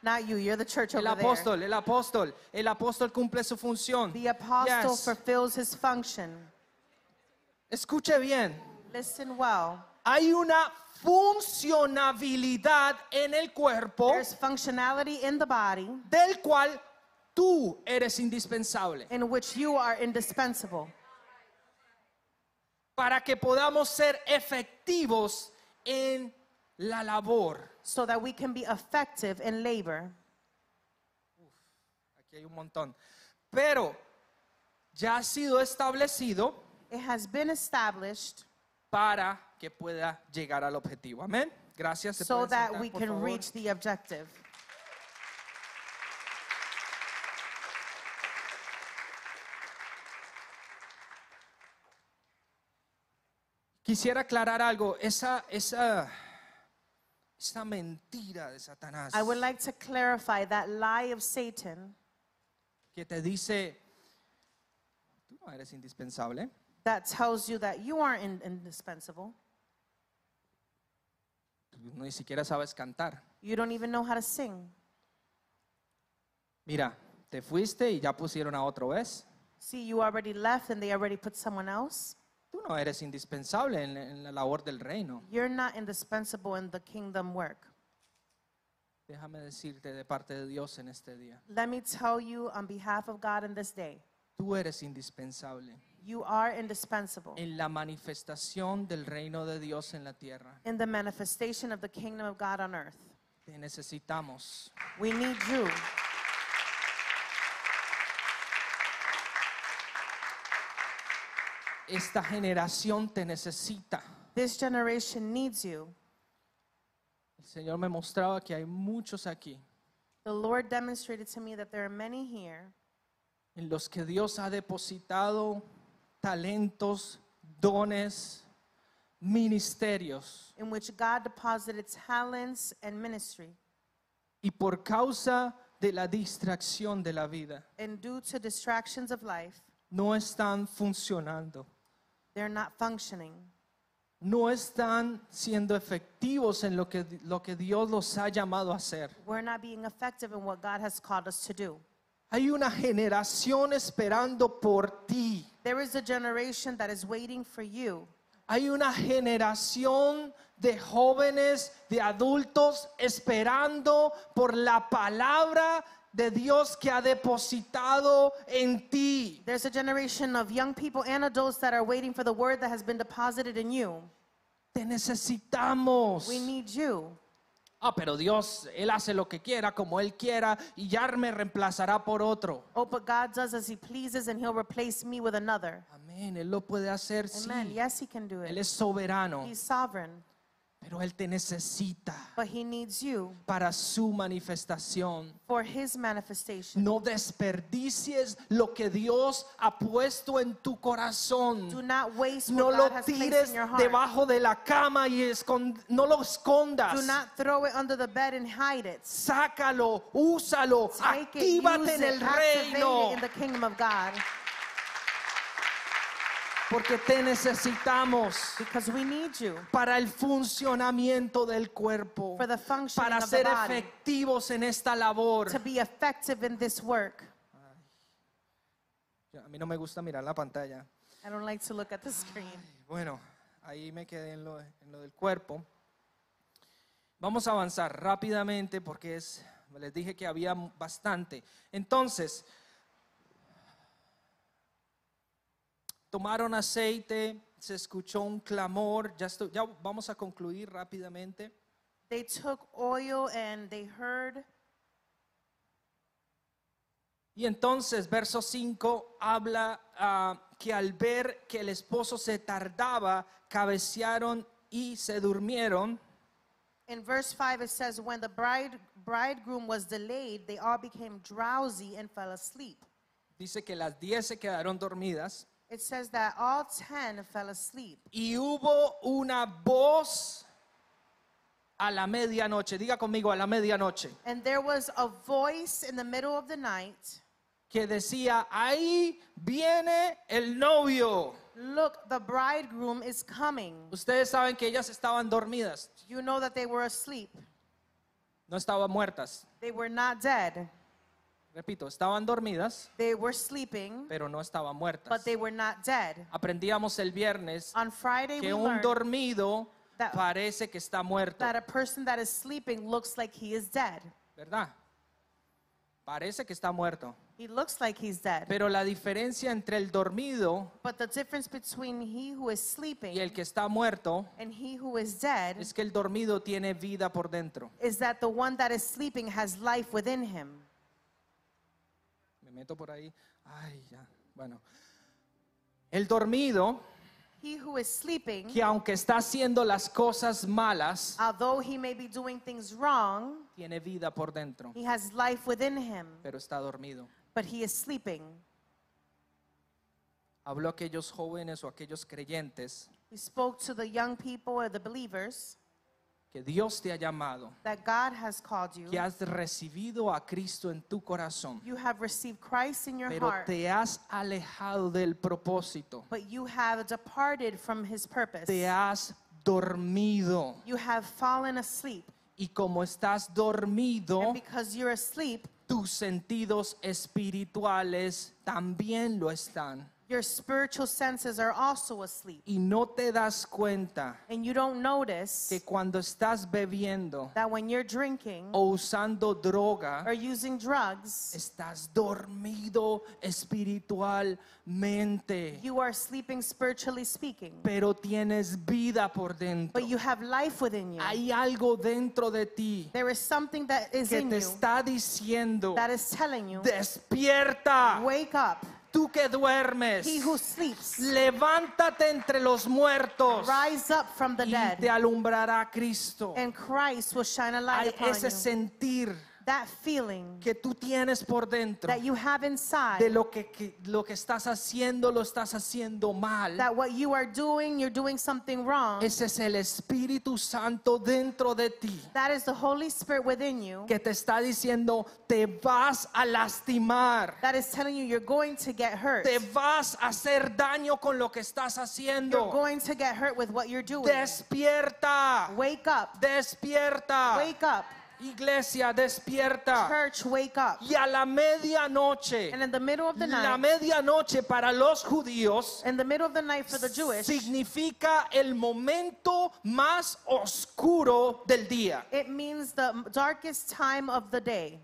[SPEAKER 1] Not you, you're the church
[SPEAKER 2] El
[SPEAKER 1] over there.
[SPEAKER 2] apóstol, el apóstol, el apóstol cumple su función.
[SPEAKER 1] The apostle
[SPEAKER 2] Yes.
[SPEAKER 1] fulfills his function.
[SPEAKER 2] Escuche bien.
[SPEAKER 1] Listen well.
[SPEAKER 2] Hay una funcionabilidad en el cuerpo
[SPEAKER 1] There's functionality in the body
[SPEAKER 2] del cual tú eres indispensable
[SPEAKER 1] in which you are indispensable
[SPEAKER 2] para que podamos ser efectivos en la labor.
[SPEAKER 1] so that we can be effective in labor.
[SPEAKER 2] Aquí hay un montón. Pero ya ha sido establecido
[SPEAKER 1] It has been established
[SPEAKER 2] para que pueda llegar al objetivo. Amén. Gracias. ¿Se
[SPEAKER 1] so
[SPEAKER 2] pueden
[SPEAKER 1] that
[SPEAKER 2] sentar,
[SPEAKER 1] we
[SPEAKER 2] por
[SPEAKER 1] can
[SPEAKER 2] favor?
[SPEAKER 1] reach the objective.
[SPEAKER 2] Quisiera aclarar algo. Esa, esa, esa mentira de Satanás
[SPEAKER 1] I would like to clarify that lie of Satan
[SPEAKER 2] que te dice, tú no eres indispensable.
[SPEAKER 1] that tells you that you aren't in- indispensable.
[SPEAKER 2] Tú ni siquiera sabes cantar.
[SPEAKER 1] You don't even know how to sing.
[SPEAKER 2] Mira, te fuiste y ya pusieron a otro, ¿ves?
[SPEAKER 1] See, you already left and they already put someone else.
[SPEAKER 2] Tú no eres indispensable en la- en la labor del reino.
[SPEAKER 1] You're not indispensable in the kingdom work.
[SPEAKER 2] Déjame decirte de parte de Dios en este día.
[SPEAKER 1] Let me tell you on behalf of God in this day,
[SPEAKER 2] Tú eres indispensable
[SPEAKER 1] you are indispensable
[SPEAKER 2] en la manifestación del reino de Dios en la tierra.
[SPEAKER 1] in the manifestation of the kingdom of God on earth.
[SPEAKER 2] Te necesitamos.
[SPEAKER 1] We need you.
[SPEAKER 2] Esta generación te necesita.
[SPEAKER 1] This generation needs you.
[SPEAKER 2] El Señor me mostraba que hay muchos aquí
[SPEAKER 1] The Lord demonstrated to me that there are many here
[SPEAKER 2] en los que Dios ha depositado talentos, dones, ministerios.
[SPEAKER 1] in which God deposited talents and ministry.
[SPEAKER 2] Y por causa de la distracción de la vida,
[SPEAKER 1] And due to distractions of life,
[SPEAKER 2] no están funcionando.
[SPEAKER 1] they're not functioning.
[SPEAKER 2] No están siendo efectivos en lo que, lo que Dios los ha llamado a hacer.
[SPEAKER 1] We're not being effective in what God has called us to do.
[SPEAKER 2] Hay una generación esperando por ti.
[SPEAKER 1] There is a generation that is waiting for you.
[SPEAKER 2] Hay una generación de jóvenes, de adultos esperando por la palabra de Dios que ha depositado en ti.
[SPEAKER 1] There's a generation of young people and adults that are waiting for the word that has been deposited in you.
[SPEAKER 2] Te necesitamos.
[SPEAKER 1] We need you.
[SPEAKER 2] Ah, pero Dios, Él hace lo que quiera, como Él quiera, y ya me reemplazará por otro.
[SPEAKER 1] Oh, but God does as He pleases and He'll replace me with another.
[SPEAKER 2] Amén, Él lo puede hacer, sí.
[SPEAKER 1] Amen. Yes, He can do
[SPEAKER 2] Él
[SPEAKER 1] it.
[SPEAKER 2] es soberano,
[SPEAKER 1] He's sovereign,
[SPEAKER 2] pero Él te necesita
[SPEAKER 1] but He needs you
[SPEAKER 2] para su manifestación.
[SPEAKER 1] for His manifestation.
[SPEAKER 2] No desperdicies lo que Dios ha puesto en tu
[SPEAKER 1] Do
[SPEAKER 2] corazón.
[SPEAKER 1] not waste what
[SPEAKER 2] No
[SPEAKER 1] God
[SPEAKER 2] lo
[SPEAKER 1] has placed
[SPEAKER 2] tires
[SPEAKER 1] in your heart.
[SPEAKER 2] debajo de la cama y escon- no lo escondas.
[SPEAKER 1] Do not throw it under the bed and hide it.
[SPEAKER 2] Sácalo, úsalo,
[SPEAKER 1] Take it, use
[SPEAKER 2] actívate
[SPEAKER 1] it,
[SPEAKER 2] en el
[SPEAKER 1] activate
[SPEAKER 2] reino
[SPEAKER 1] it in the kingdom of God
[SPEAKER 2] porque te necesitamos
[SPEAKER 1] because we need you
[SPEAKER 2] para el funcionamiento del cuerpo,
[SPEAKER 1] for the functioning
[SPEAKER 2] para
[SPEAKER 1] of the
[SPEAKER 2] ser
[SPEAKER 1] body,
[SPEAKER 2] efectivos en esta
[SPEAKER 1] to
[SPEAKER 2] labor.
[SPEAKER 1] be effective in this work.
[SPEAKER 2] A mí no me gusta mirar la pantalla.
[SPEAKER 1] I don't like to look at the screen.
[SPEAKER 2] Bueno, ahí me quedé en lo, en lo del cuerpo. Vamos a avanzar rápidamente porque es, les dije que había m- bastante. Entonces, tomaron aceite, se escuchó un clamor, ya, estoy- ya vamos a concluir rápidamente.
[SPEAKER 1] They took oil and they heard.
[SPEAKER 2] Y entonces, verso 5 habla ah, que al ver que el esposo se tardaba, cabecearon y se durmieron.
[SPEAKER 1] In verse 5, it says, When the bride, bridegroom was delayed, they all became drowsy and fell asleep.
[SPEAKER 2] Dice que las diez se quedaron dormidas
[SPEAKER 1] It says that all ten fell asleep.
[SPEAKER 2] y hubo una voz a la medianoche. Diga conmigo, a la medianoche.
[SPEAKER 1] And there was a voice in the middle of the night
[SPEAKER 2] Que decía, ahí viene el novio.
[SPEAKER 1] Look, the bridegroom is coming.
[SPEAKER 2] Ustedes saben que ellas estaban dormidas,
[SPEAKER 1] You know that they were asleep,
[SPEAKER 2] no estaban muertas.
[SPEAKER 1] they were not dead.
[SPEAKER 2] Repito, estaban dormidas,
[SPEAKER 1] They were sleeping,
[SPEAKER 2] pero no estaban
[SPEAKER 1] but
[SPEAKER 2] muertas.
[SPEAKER 1] they were not dead.
[SPEAKER 2] Aprendíamos el viernes
[SPEAKER 1] On Friday, we
[SPEAKER 2] que un
[SPEAKER 1] learned
[SPEAKER 2] dormido
[SPEAKER 1] that-
[SPEAKER 2] parece que está muerto,
[SPEAKER 1] that a person that is sleeping looks like he is dead.
[SPEAKER 2] ¿verdad? Parece que está muerto.
[SPEAKER 1] He looks like he's dead.
[SPEAKER 2] Pero la diferencia entre el dormido
[SPEAKER 1] But the difference between he who is
[SPEAKER 2] y el
[SPEAKER 1] sleeping
[SPEAKER 2] que está muerto
[SPEAKER 1] and he who is dead
[SPEAKER 2] es que el dormido tiene vida por dentro.
[SPEAKER 1] is that the one that is sleeping has life within him.
[SPEAKER 2] Me meto por ahí. Ay, ya. Bueno. El dormido,
[SPEAKER 1] He who is sleeping,
[SPEAKER 2] que aunque está haciendo las cosas malas,
[SPEAKER 1] although he may be doing things wrong,
[SPEAKER 2] tiene vida por dentro,
[SPEAKER 1] he has life within him,
[SPEAKER 2] pero está dormido.
[SPEAKER 1] but he is sleeping.
[SPEAKER 2] Habló a aquellos jóvenes o a aquellos creyentes
[SPEAKER 1] He spoke to the young people or the believers
[SPEAKER 2] que Dios te ha llamado,
[SPEAKER 1] that God has called you.
[SPEAKER 2] que has recibido a Cristo en tu corazón,
[SPEAKER 1] You have received Christ in your
[SPEAKER 2] pero
[SPEAKER 1] heart,
[SPEAKER 2] te has alejado del propósito,
[SPEAKER 1] but you have departed from his purpose.
[SPEAKER 2] te has dormido.
[SPEAKER 1] You have fallen asleep.
[SPEAKER 2] Y como estás dormido,
[SPEAKER 1] And because you're asleep,
[SPEAKER 2] tus sentidos espirituales también lo están.
[SPEAKER 1] your spiritual senses are also asleep.
[SPEAKER 2] Y no te das cuenta
[SPEAKER 1] And you don't notice
[SPEAKER 2] que cuando estás bebiendo
[SPEAKER 1] that when you're drinking
[SPEAKER 2] o usando droga,
[SPEAKER 1] or using drugs,
[SPEAKER 2] estás dormido espiritualmente,
[SPEAKER 1] you are sleeping spiritually speaking,
[SPEAKER 2] pero tienes vida por dentro.
[SPEAKER 1] but you have life within you.
[SPEAKER 2] Hay algo dentro de ti
[SPEAKER 1] There is something that is
[SPEAKER 2] que
[SPEAKER 1] in
[SPEAKER 2] te
[SPEAKER 1] you
[SPEAKER 2] está diciendo,
[SPEAKER 1] that is telling you,
[SPEAKER 2] despierta,
[SPEAKER 1] wake up.
[SPEAKER 2] tú que duermes.
[SPEAKER 1] He who sleeps,
[SPEAKER 2] Levántate entre los muertos
[SPEAKER 1] rise up from the
[SPEAKER 2] y te
[SPEAKER 1] dead,
[SPEAKER 2] alumbrará Cristo.
[SPEAKER 1] and Christ will shine a light
[SPEAKER 2] Hay
[SPEAKER 1] upon
[SPEAKER 2] ese
[SPEAKER 1] you.
[SPEAKER 2] sentir
[SPEAKER 1] That feeling
[SPEAKER 2] que tú tienes por dentro
[SPEAKER 1] that you have
[SPEAKER 2] de
[SPEAKER 1] inside,
[SPEAKER 2] lo que, que- lo que estás haciendo, lo estás haciendo mal.
[SPEAKER 1] that what you are doing, you're doing something wrong.
[SPEAKER 2] Ese es el Espíritu Santo dentro de ti
[SPEAKER 1] That is the Holy Spirit within you
[SPEAKER 2] que te está diciendo, te vas a lastimar,
[SPEAKER 1] that is telling you you're going to get hurt.
[SPEAKER 2] te vas a hacer daño con lo que estás
[SPEAKER 1] You're
[SPEAKER 2] haciendo.
[SPEAKER 1] going to get hurt with what you're doing.
[SPEAKER 2] Despierta,
[SPEAKER 1] Wake up.
[SPEAKER 2] despierta.
[SPEAKER 1] Wake up.
[SPEAKER 2] Iglesia, despierta.
[SPEAKER 1] Church, wake up.
[SPEAKER 2] Y a la medianoche,
[SPEAKER 1] And in the middle of the
[SPEAKER 2] la
[SPEAKER 1] night,
[SPEAKER 2] medianoche para los judíos
[SPEAKER 1] in the middle of the night for the Jewish,
[SPEAKER 2] significa el momento más oscuro del día.
[SPEAKER 1] it means the darkest time of the day.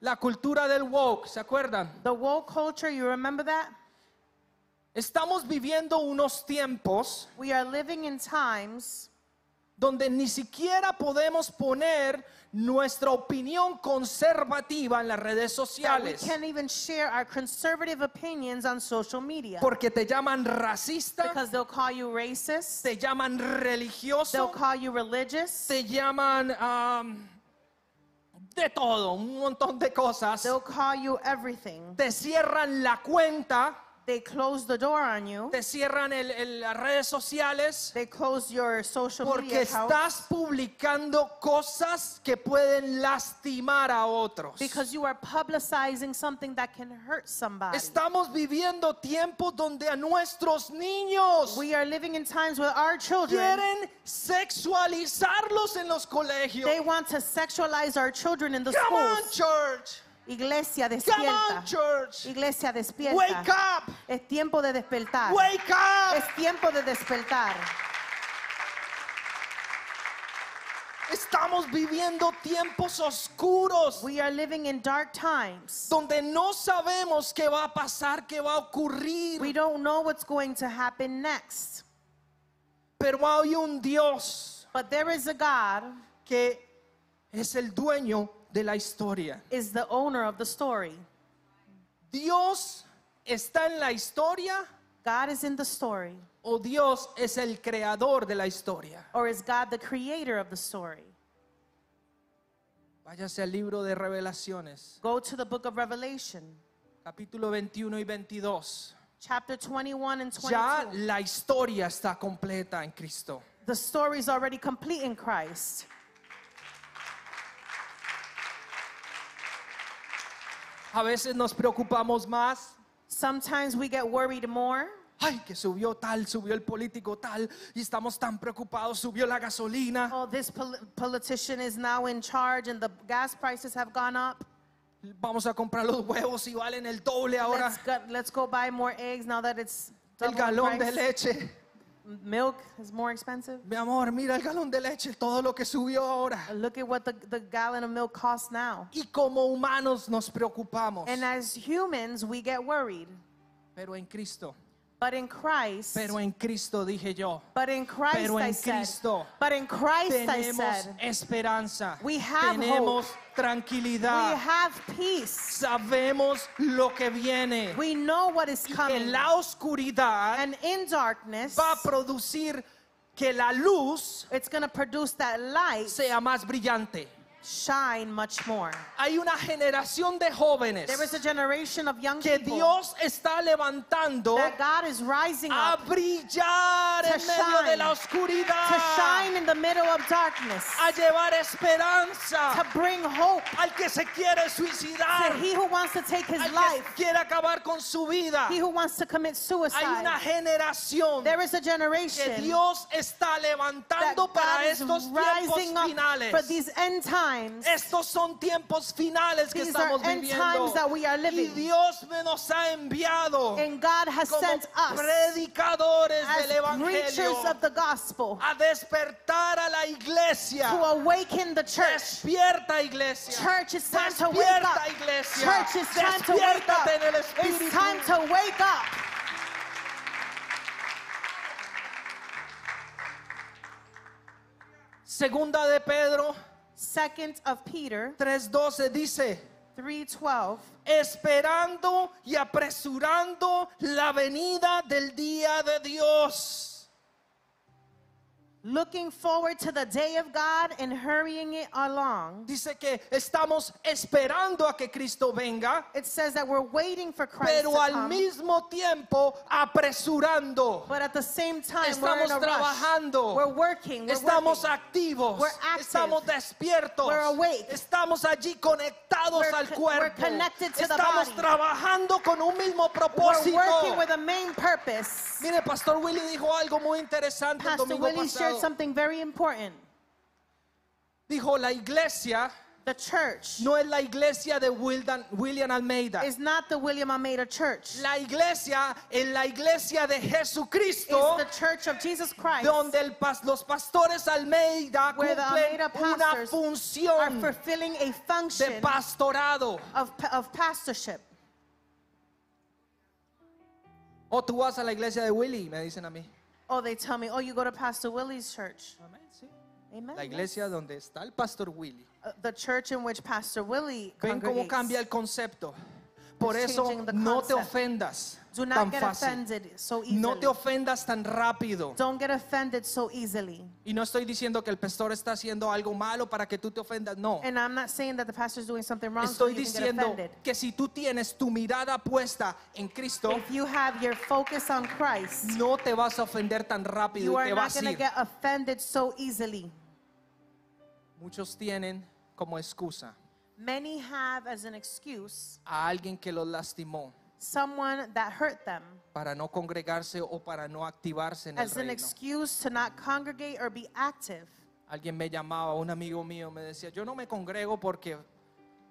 [SPEAKER 2] La cultura del woke, ¿se acuerdan?
[SPEAKER 1] The woke culture, you remember that?
[SPEAKER 2] Estamos viviendo unos tiempos
[SPEAKER 1] We are living in times
[SPEAKER 2] donde ni siquiera podemos poner nuestra opinión conservativa en las redes
[SPEAKER 1] that we
[SPEAKER 2] sociales
[SPEAKER 1] can't even share our conservative opinions on social media
[SPEAKER 2] porque te llaman racista,
[SPEAKER 1] because they'll call you racist,
[SPEAKER 2] te llaman
[SPEAKER 1] they'll
[SPEAKER 2] religioso,
[SPEAKER 1] call you religious,
[SPEAKER 2] te llaman am, de todo, un montón de cosas.
[SPEAKER 1] they'll call you everything.
[SPEAKER 2] Te cierran la cuenta,
[SPEAKER 1] They close the door on you,
[SPEAKER 2] te cierran el- el- las redes sociales
[SPEAKER 1] they close your social
[SPEAKER 2] porque
[SPEAKER 1] media account
[SPEAKER 2] estás publicando cosas que pueden lastimar a otros.
[SPEAKER 1] because you are publicizing something that can hurt somebody.
[SPEAKER 2] Estamos viviendo tiempos donde a nuestros niños
[SPEAKER 1] We are living in times where our children,
[SPEAKER 2] quieren sexualizarlos en los colegios.
[SPEAKER 1] they want to sexualize our children in the
[SPEAKER 2] Come on,
[SPEAKER 1] schools.
[SPEAKER 2] church.
[SPEAKER 1] Iglesia
[SPEAKER 2] Come on,
[SPEAKER 1] despierta.
[SPEAKER 2] church.
[SPEAKER 1] Iglesia despierta.
[SPEAKER 2] Wake up.
[SPEAKER 1] Es tiempo de despertar.
[SPEAKER 2] Wake up.
[SPEAKER 1] Es tiempo de despertar.
[SPEAKER 2] Estamos viviendo tiempos oscuros
[SPEAKER 1] We are living in dark times.
[SPEAKER 2] donde no sabemos qué va a pasar, qué va a
[SPEAKER 1] We
[SPEAKER 2] ocurrir,
[SPEAKER 1] don't know what's going to happen next.
[SPEAKER 2] pero hay un Dios
[SPEAKER 1] But there is a God
[SPEAKER 2] que es el dueño de la historia.
[SPEAKER 1] is the owner of the story.
[SPEAKER 2] ¿Dios está en la historia
[SPEAKER 1] God is in the story
[SPEAKER 2] o Dios es el creador de la historia?
[SPEAKER 1] or is God the creator of the story?
[SPEAKER 2] Váyase al libro de Revelaciones,
[SPEAKER 1] Go to the book of Revelation,
[SPEAKER 2] capítulo 21 y 22.
[SPEAKER 1] chapter 21 and 22.
[SPEAKER 2] Ya la historia está completa en Cristo.
[SPEAKER 1] The story is already complete in Christ.
[SPEAKER 2] A veces nos preocupamos más.
[SPEAKER 1] Sometimes we get worried more.
[SPEAKER 2] Ay, que subió tal, subió el político tal, y estamos tan preocupados, subió la gasolina.
[SPEAKER 1] Oh, this pol- politician is now in charge and the gas prices have gone up.
[SPEAKER 2] Vamos a comprar los huevos y valen el doble ahora.
[SPEAKER 1] Let's go, let's go buy more eggs now that it's
[SPEAKER 2] El
[SPEAKER 1] double in
[SPEAKER 2] galón de
[SPEAKER 1] price.
[SPEAKER 2] leche.
[SPEAKER 1] Milk is more expensive.
[SPEAKER 2] Mi amor, mira el galón de leche, todo lo que subió ahora.
[SPEAKER 1] Uh, Look at what the, the gallon of milk costs now.
[SPEAKER 2] Y como humanos nos preocupamos,
[SPEAKER 1] And as humans, we get worried.
[SPEAKER 2] pero en Cristo,
[SPEAKER 1] But in Christ,
[SPEAKER 2] pero en Cristo dije yo,
[SPEAKER 1] but in Christ,
[SPEAKER 2] pero
[SPEAKER 1] I
[SPEAKER 2] en
[SPEAKER 1] said,
[SPEAKER 2] Cristo
[SPEAKER 1] but in Christ, I
[SPEAKER 2] tenemos
[SPEAKER 1] said,
[SPEAKER 2] esperanza,
[SPEAKER 1] We have
[SPEAKER 2] tenemos
[SPEAKER 1] we
[SPEAKER 2] tranquilidad,
[SPEAKER 1] have peace.
[SPEAKER 2] sabemos lo que viene.
[SPEAKER 1] We know what is
[SPEAKER 2] En
[SPEAKER 1] coming.
[SPEAKER 2] la oscuridad
[SPEAKER 1] And in darkness,
[SPEAKER 2] va a producir que la luz
[SPEAKER 1] it's going to produce that light
[SPEAKER 2] sea más brillante.
[SPEAKER 1] shine much more.
[SPEAKER 2] Hay una generación de jóvenes
[SPEAKER 1] There is a generation of young
[SPEAKER 2] que
[SPEAKER 1] people
[SPEAKER 2] Dios está levantando
[SPEAKER 1] that God is rising
[SPEAKER 2] a
[SPEAKER 1] up
[SPEAKER 2] brillar
[SPEAKER 1] to
[SPEAKER 2] en medio de
[SPEAKER 1] shine,
[SPEAKER 2] la
[SPEAKER 1] to shine
[SPEAKER 2] oscuridad,
[SPEAKER 1] in the middle of darkness,
[SPEAKER 2] a llevar
[SPEAKER 1] to
[SPEAKER 2] esperanza
[SPEAKER 1] bring hope
[SPEAKER 2] al que se quiere
[SPEAKER 1] to
[SPEAKER 2] suicidar,
[SPEAKER 1] he who wants to take his
[SPEAKER 2] al que
[SPEAKER 1] life,
[SPEAKER 2] quiere acabar con su vida.
[SPEAKER 1] he who wants to commit
[SPEAKER 2] Hay una
[SPEAKER 1] suicide.
[SPEAKER 2] generación
[SPEAKER 1] There is a
[SPEAKER 2] que
[SPEAKER 1] generation
[SPEAKER 2] Dios está
[SPEAKER 1] that
[SPEAKER 2] levantando
[SPEAKER 1] God
[SPEAKER 2] para
[SPEAKER 1] is
[SPEAKER 2] estos tiempos
[SPEAKER 1] rising up for
[SPEAKER 2] finales.
[SPEAKER 1] these end times.
[SPEAKER 2] Estos son tiempos finales que
[SPEAKER 1] These
[SPEAKER 2] estamos
[SPEAKER 1] are end
[SPEAKER 2] viviendo.
[SPEAKER 1] times that we are
[SPEAKER 2] Y
[SPEAKER 1] living.
[SPEAKER 2] Dios me nos ha enviado
[SPEAKER 1] And God has
[SPEAKER 2] como
[SPEAKER 1] sent us
[SPEAKER 2] predicadores del
[SPEAKER 1] as
[SPEAKER 2] Evangelio Ah.
[SPEAKER 1] preachers of the gospel
[SPEAKER 2] a despertar a la iglesia.
[SPEAKER 1] to awaken the church.
[SPEAKER 2] Despierta iglesia.
[SPEAKER 1] Church, it's time to wake
[SPEAKER 2] Despierta,
[SPEAKER 1] up.
[SPEAKER 2] iglesia.
[SPEAKER 1] Church, it's time to wake up.
[SPEAKER 2] Despiértate en el
[SPEAKER 1] It's
[SPEAKER 2] espíritu.
[SPEAKER 1] time to wake up.
[SPEAKER 2] Segunda de Pedro
[SPEAKER 1] Second of Peter
[SPEAKER 2] 3:12 dice,
[SPEAKER 1] 3:12.
[SPEAKER 2] esperando y apresurando la venida del día de Dios.
[SPEAKER 1] Looking forward to the day of God and hurrying it along.
[SPEAKER 2] Dice que estamos esperando a que Cristo venga,
[SPEAKER 1] It says that we're waiting for Christ to
[SPEAKER 2] pero al
[SPEAKER 1] come,
[SPEAKER 2] mismo tiempo apresurando.
[SPEAKER 1] but at the same time
[SPEAKER 2] Estamos
[SPEAKER 1] we're in a rush.
[SPEAKER 2] trabajando.
[SPEAKER 1] We're working. We're
[SPEAKER 2] Estamos
[SPEAKER 1] working.
[SPEAKER 2] activos,
[SPEAKER 1] We're active.
[SPEAKER 2] estamos despiertos,
[SPEAKER 1] We're awake.
[SPEAKER 2] estamos allí conectados
[SPEAKER 1] We're
[SPEAKER 2] al
[SPEAKER 1] co-
[SPEAKER 2] cuerpo,
[SPEAKER 1] we're connected to the
[SPEAKER 2] estamos
[SPEAKER 1] body.
[SPEAKER 2] trabajando con un mismo
[SPEAKER 1] We're
[SPEAKER 2] propósito.
[SPEAKER 1] working with a main purpose.
[SPEAKER 2] Mire, Pastor Willy dijo algo muy interesante
[SPEAKER 1] Pastor
[SPEAKER 2] el domingo
[SPEAKER 1] Willie shared
[SPEAKER 2] pasado.
[SPEAKER 1] something very important.
[SPEAKER 2] Dijo, la iglesia
[SPEAKER 1] The church
[SPEAKER 2] no es la iglesia de Wildan- William Almeida.
[SPEAKER 1] is not the William Almeida church.
[SPEAKER 2] La iglesia es la iglesia de Jesucristo,
[SPEAKER 1] It's the church of Jesus Christ
[SPEAKER 2] donde el pas- los pastores Almeida
[SPEAKER 1] Where the
[SPEAKER 2] cumplen
[SPEAKER 1] Almeida
[SPEAKER 2] una
[SPEAKER 1] pastors are
[SPEAKER 2] función
[SPEAKER 1] fulfilling a
[SPEAKER 2] de
[SPEAKER 1] function
[SPEAKER 2] pastorado.
[SPEAKER 1] of, pa- of pastorship.
[SPEAKER 2] O Oh, tú vas a la iglesia de Willy, me dicen a mí.
[SPEAKER 1] Oh, they tell me, oh, you go to Pastor Willie's church.
[SPEAKER 2] Amén, sí.
[SPEAKER 1] Amen.
[SPEAKER 2] La iglesia donde está el pastor Willy.
[SPEAKER 1] Uh, the church in which Pastor Willie
[SPEAKER 2] Ven cómo
[SPEAKER 1] congregates.
[SPEAKER 2] cambia el concepto. Por
[SPEAKER 1] It's
[SPEAKER 2] eso
[SPEAKER 1] changing the
[SPEAKER 2] no te
[SPEAKER 1] concept.
[SPEAKER 2] ofendas
[SPEAKER 1] Do
[SPEAKER 2] tan
[SPEAKER 1] not get
[SPEAKER 2] fácil.
[SPEAKER 1] offended so easily.
[SPEAKER 2] No te ofendas tan rápido.
[SPEAKER 1] Don't get offended so easily.
[SPEAKER 2] Y no estoy diciendo que el pastor está haciendo algo malo para que tú te ofendas. No.
[SPEAKER 1] And I'm not saying that the pastor's doing something wrong so
[SPEAKER 2] Estoy
[SPEAKER 1] you can get
[SPEAKER 2] diciendo
[SPEAKER 1] offended.
[SPEAKER 2] que si tú tienes tu mirada puesta en Cristo,
[SPEAKER 1] If you have your focus on Christ,
[SPEAKER 2] no te vas a ofender tan rápido
[SPEAKER 1] you
[SPEAKER 2] y
[SPEAKER 1] are
[SPEAKER 2] te
[SPEAKER 1] not
[SPEAKER 2] vas a
[SPEAKER 1] going to
[SPEAKER 2] ir.
[SPEAKER 1] get offended so easily.
[SPEAKER 2] Muchos tienen como excusa
[SPEAKER 1] Many have as an excuse
[SPEAKER 2] a alguien que los lastimó
[SPEAKER 1] someone that hurt them,
[SPEAKER 2] para no congregarse o para no activarse en el
[SPEAKER 1] as an
[SPEAKER 2] reino.
[SPEAKER 1] excuse to not congregate or be active.
[SPEAKER 2] Alguien me llamaba, un amigo mío me decía, yo no me congrego porque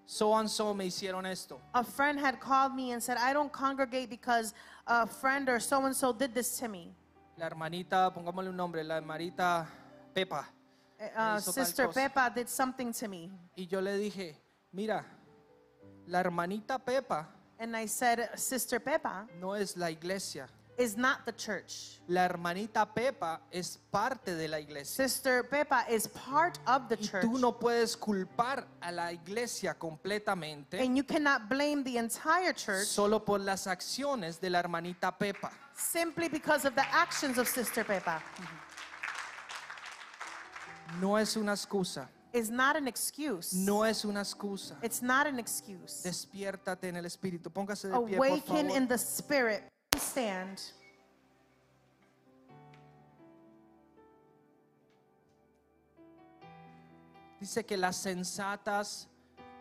[SPEAKER 2] so and so me hicieron esto.
[SPEAKER 1] A friend had called me and said, I don't congregate because a friend or so and so did this to me.
[SPEAKER 2] La hermanita, pongámosle un nombre, la hermanita Pepa.
[SPEAKER 1] Uh,
[SPEAKER 2] hizo tal
[SPEAKER 1] Sister
[SPEAKER 2] cosa.
[SPEAKER 1] Pepa did something to me.
[SPEAKER 2] Y yo le dije, mira, la hermanita Pepa
[SPEAKER 1] And I said, Sister Pepa
[SPEAKER 2] no es la iglesia.
[SPEAKER 1] is not the church.
[SPEAKER 2] La hermanita Pepa es parte de la iglesia.
[SPEAKER 1] Sister Pepa is part of the
[SPEAKER 2] Y
[SPEAKER 1] church.
[SPEAKER 2] tú no puedes culpar a la iglesia completamente
[SPEAKER 1] And you cannot blame the entire church
[SPEAKER 2] solo por las acciones de la hermanita Pepa.
[SPEAKER 1] simply because of the actions of Sister Pepa.
[SPEAKER 2] No es una excusa.
[SPEAKER 1] is not an excuse.
[SPEAKER 2] No es una excusa.
[SPEAKER 1] It's not an excuse.
[SPEAKER 2] Despiértate en el espíritu. Póngase de pie, por
[SPEAKER 1] Awaken
[SPEAKER 2] favor.
[SPEAKER 1] in the spirit. Please Stand.
[SPEAKER 2] Dice que las sensatas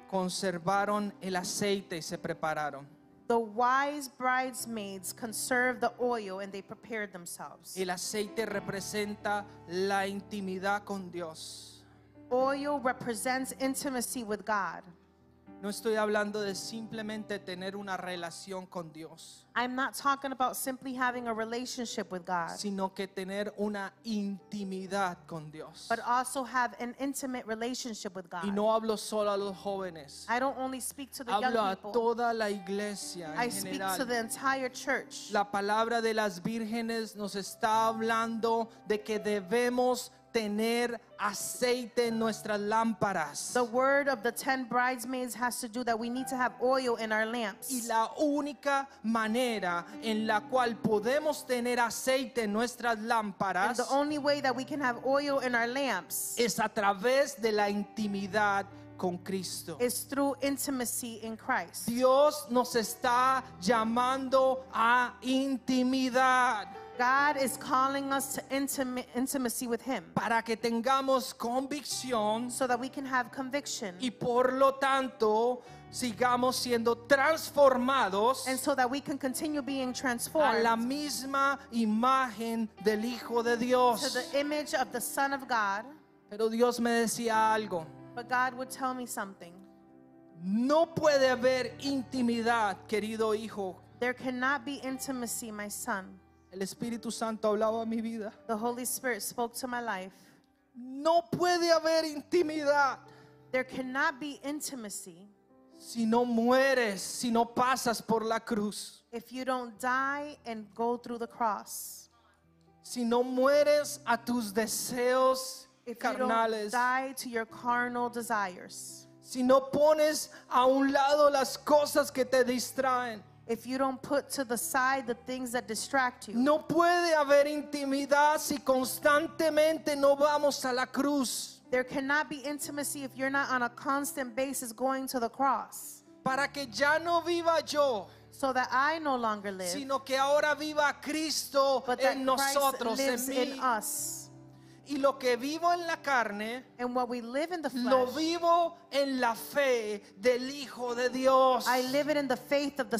[SPEAKER 2] conservaron el aceite y se prepararon.
[SPEAKER 1] The wise bridesmaids conserved the oil and they prepared themselves.
[SPEAKER 2] El aceite representa la intimidad con Dios.
[SPEAKER 1] Oil represents intimacy with God.
[SPEAKER 2] No estoy hablando de simplemente tener una relación con Dios,
[SPEAKER 1] I'm not talking about simply having a relationship with God,
[SPEAKER 2] sino que tener una intimidad con Dios.
[SPEAKER 1] but also have an intimate relationship with
[SPEAKER 2] Y
[SPEAKER 1] God.
[SPEAKER 2] no hablo solo a los jóvenes,
[SPEAKER 1] ah, I don't only speak to the
[SPEAKER 2] hablo
[SPEAKER 1] young
[SPEAKER 2] a
[SPEAKER 1] people,
[SPEAKER 2] toda la iglesia
[SPEAKER 1] I
[SPEAKER 2] en
[SPEAKER 1] speak to the
[SPEAKER 2] general.
[SPEAKER 1] entire church.
[SPEAKER 2] La palabra de las vírgenes nos está hablando de que debemos tener aceite en nuestras lámparas.
[SPEAKER 1] The word of the 10 bridesmaids has to do that we need to have oil in our
[SPEAKER 2] Y
[SPEAKER 1] lamps.
[SPEAKER 2] la única manera en la cual podemos tener aceite en nuestras
[SPEAKER 1] And
[SPEAKER 2] lámparas
[SPEAKER 1] the only way that we can have oil in our lamps
[SPEAKER 2] es a través de la intimidad con Cristo.
[SPEAKER 1] is through intimacy in Christ.
[SPEAKER 2] Dios nos está llamando a intimidad
[SPEAKER 1] God is calling us to intimate intimacy with Him
[SPEAKER 2] para que tengamos convicción
[SPEAKER 1] so that we can have conviction
[SPEAKER 2] y por lo tanto sigamos siendo transformados
[SPEAKER 1] and so that we can continue being
[SPEAKER 2] a la
[SPEAKER 1] transformed
[SPEAKER 2] misma imagen del Hijo de
[SPEAKER 1] to
[SPEAKER 2] Dios.
[SPEAKER 1] the image of the Son of God.
[SPEAKER 2] Pero Dios me decía algo.
[SPEAKER 1] But God would tell me something.
[SPEAKER 2] No puede haber intimidad, querido hijo.
[SPEAKER 1] There cannot be intimacy, my son.
[SPEAKER 2] El Espíritu Santo hablaba a mi vida.
[SPEAKER 1] The Holy Spirit spoke to my life.
[SPEAKER 2] No puede haber intimidad
[SPEAKER 1] There cannot be intimacy
[SPEAKER 2] si no mueres, si no pasas por la cruz,
[SPEAKER 1] if you don't die and go through the cross.
[SPEAKER 2] si no mueres a tus deseos
[SPEAKER 1] If you don't
[SPEAKER 2] carnales,
[SPEAKER 1] die to your carnal desires.
[SPEAKER 2] si no pones a un lado las cosas que te distraen.
[SPEAKER 1] If you don't put to the side the things that distract you.
[SPEAKER 2] No puede haber intimidad si constantemente no vamos a la cruz.
[SPEAKER 1] There cannot be intimacy if you're not on a constant basis going to the cross.
[SPEAKER 2] Para que ya no viva yo,
[SPEAKER 1] So that I no longer live,
[SPEAKER 2] sino que ahora viva Cristo
[SPEAKER 1] but that
[SPEAKER 2] en
[SPEAKER 1] Christ
[SPEAKER 2] nosotros,
[SPEAKER 1] lives
[SPEAKER 2] en
[SPEAKER 1] in
[SPEAKER 2] mí.
[SPEAKER 1] us.
[SPEAKER 2] Y lo que vivo en la carne,
[SPEAKER 1] And what we live in the
[SPEAKER 2] lo
[SPEAKER 1] flesh,
[SPEAKER 2] vivo en la fe del Hijo de Dios.
[SPEAKER 1] I live it in the faith of the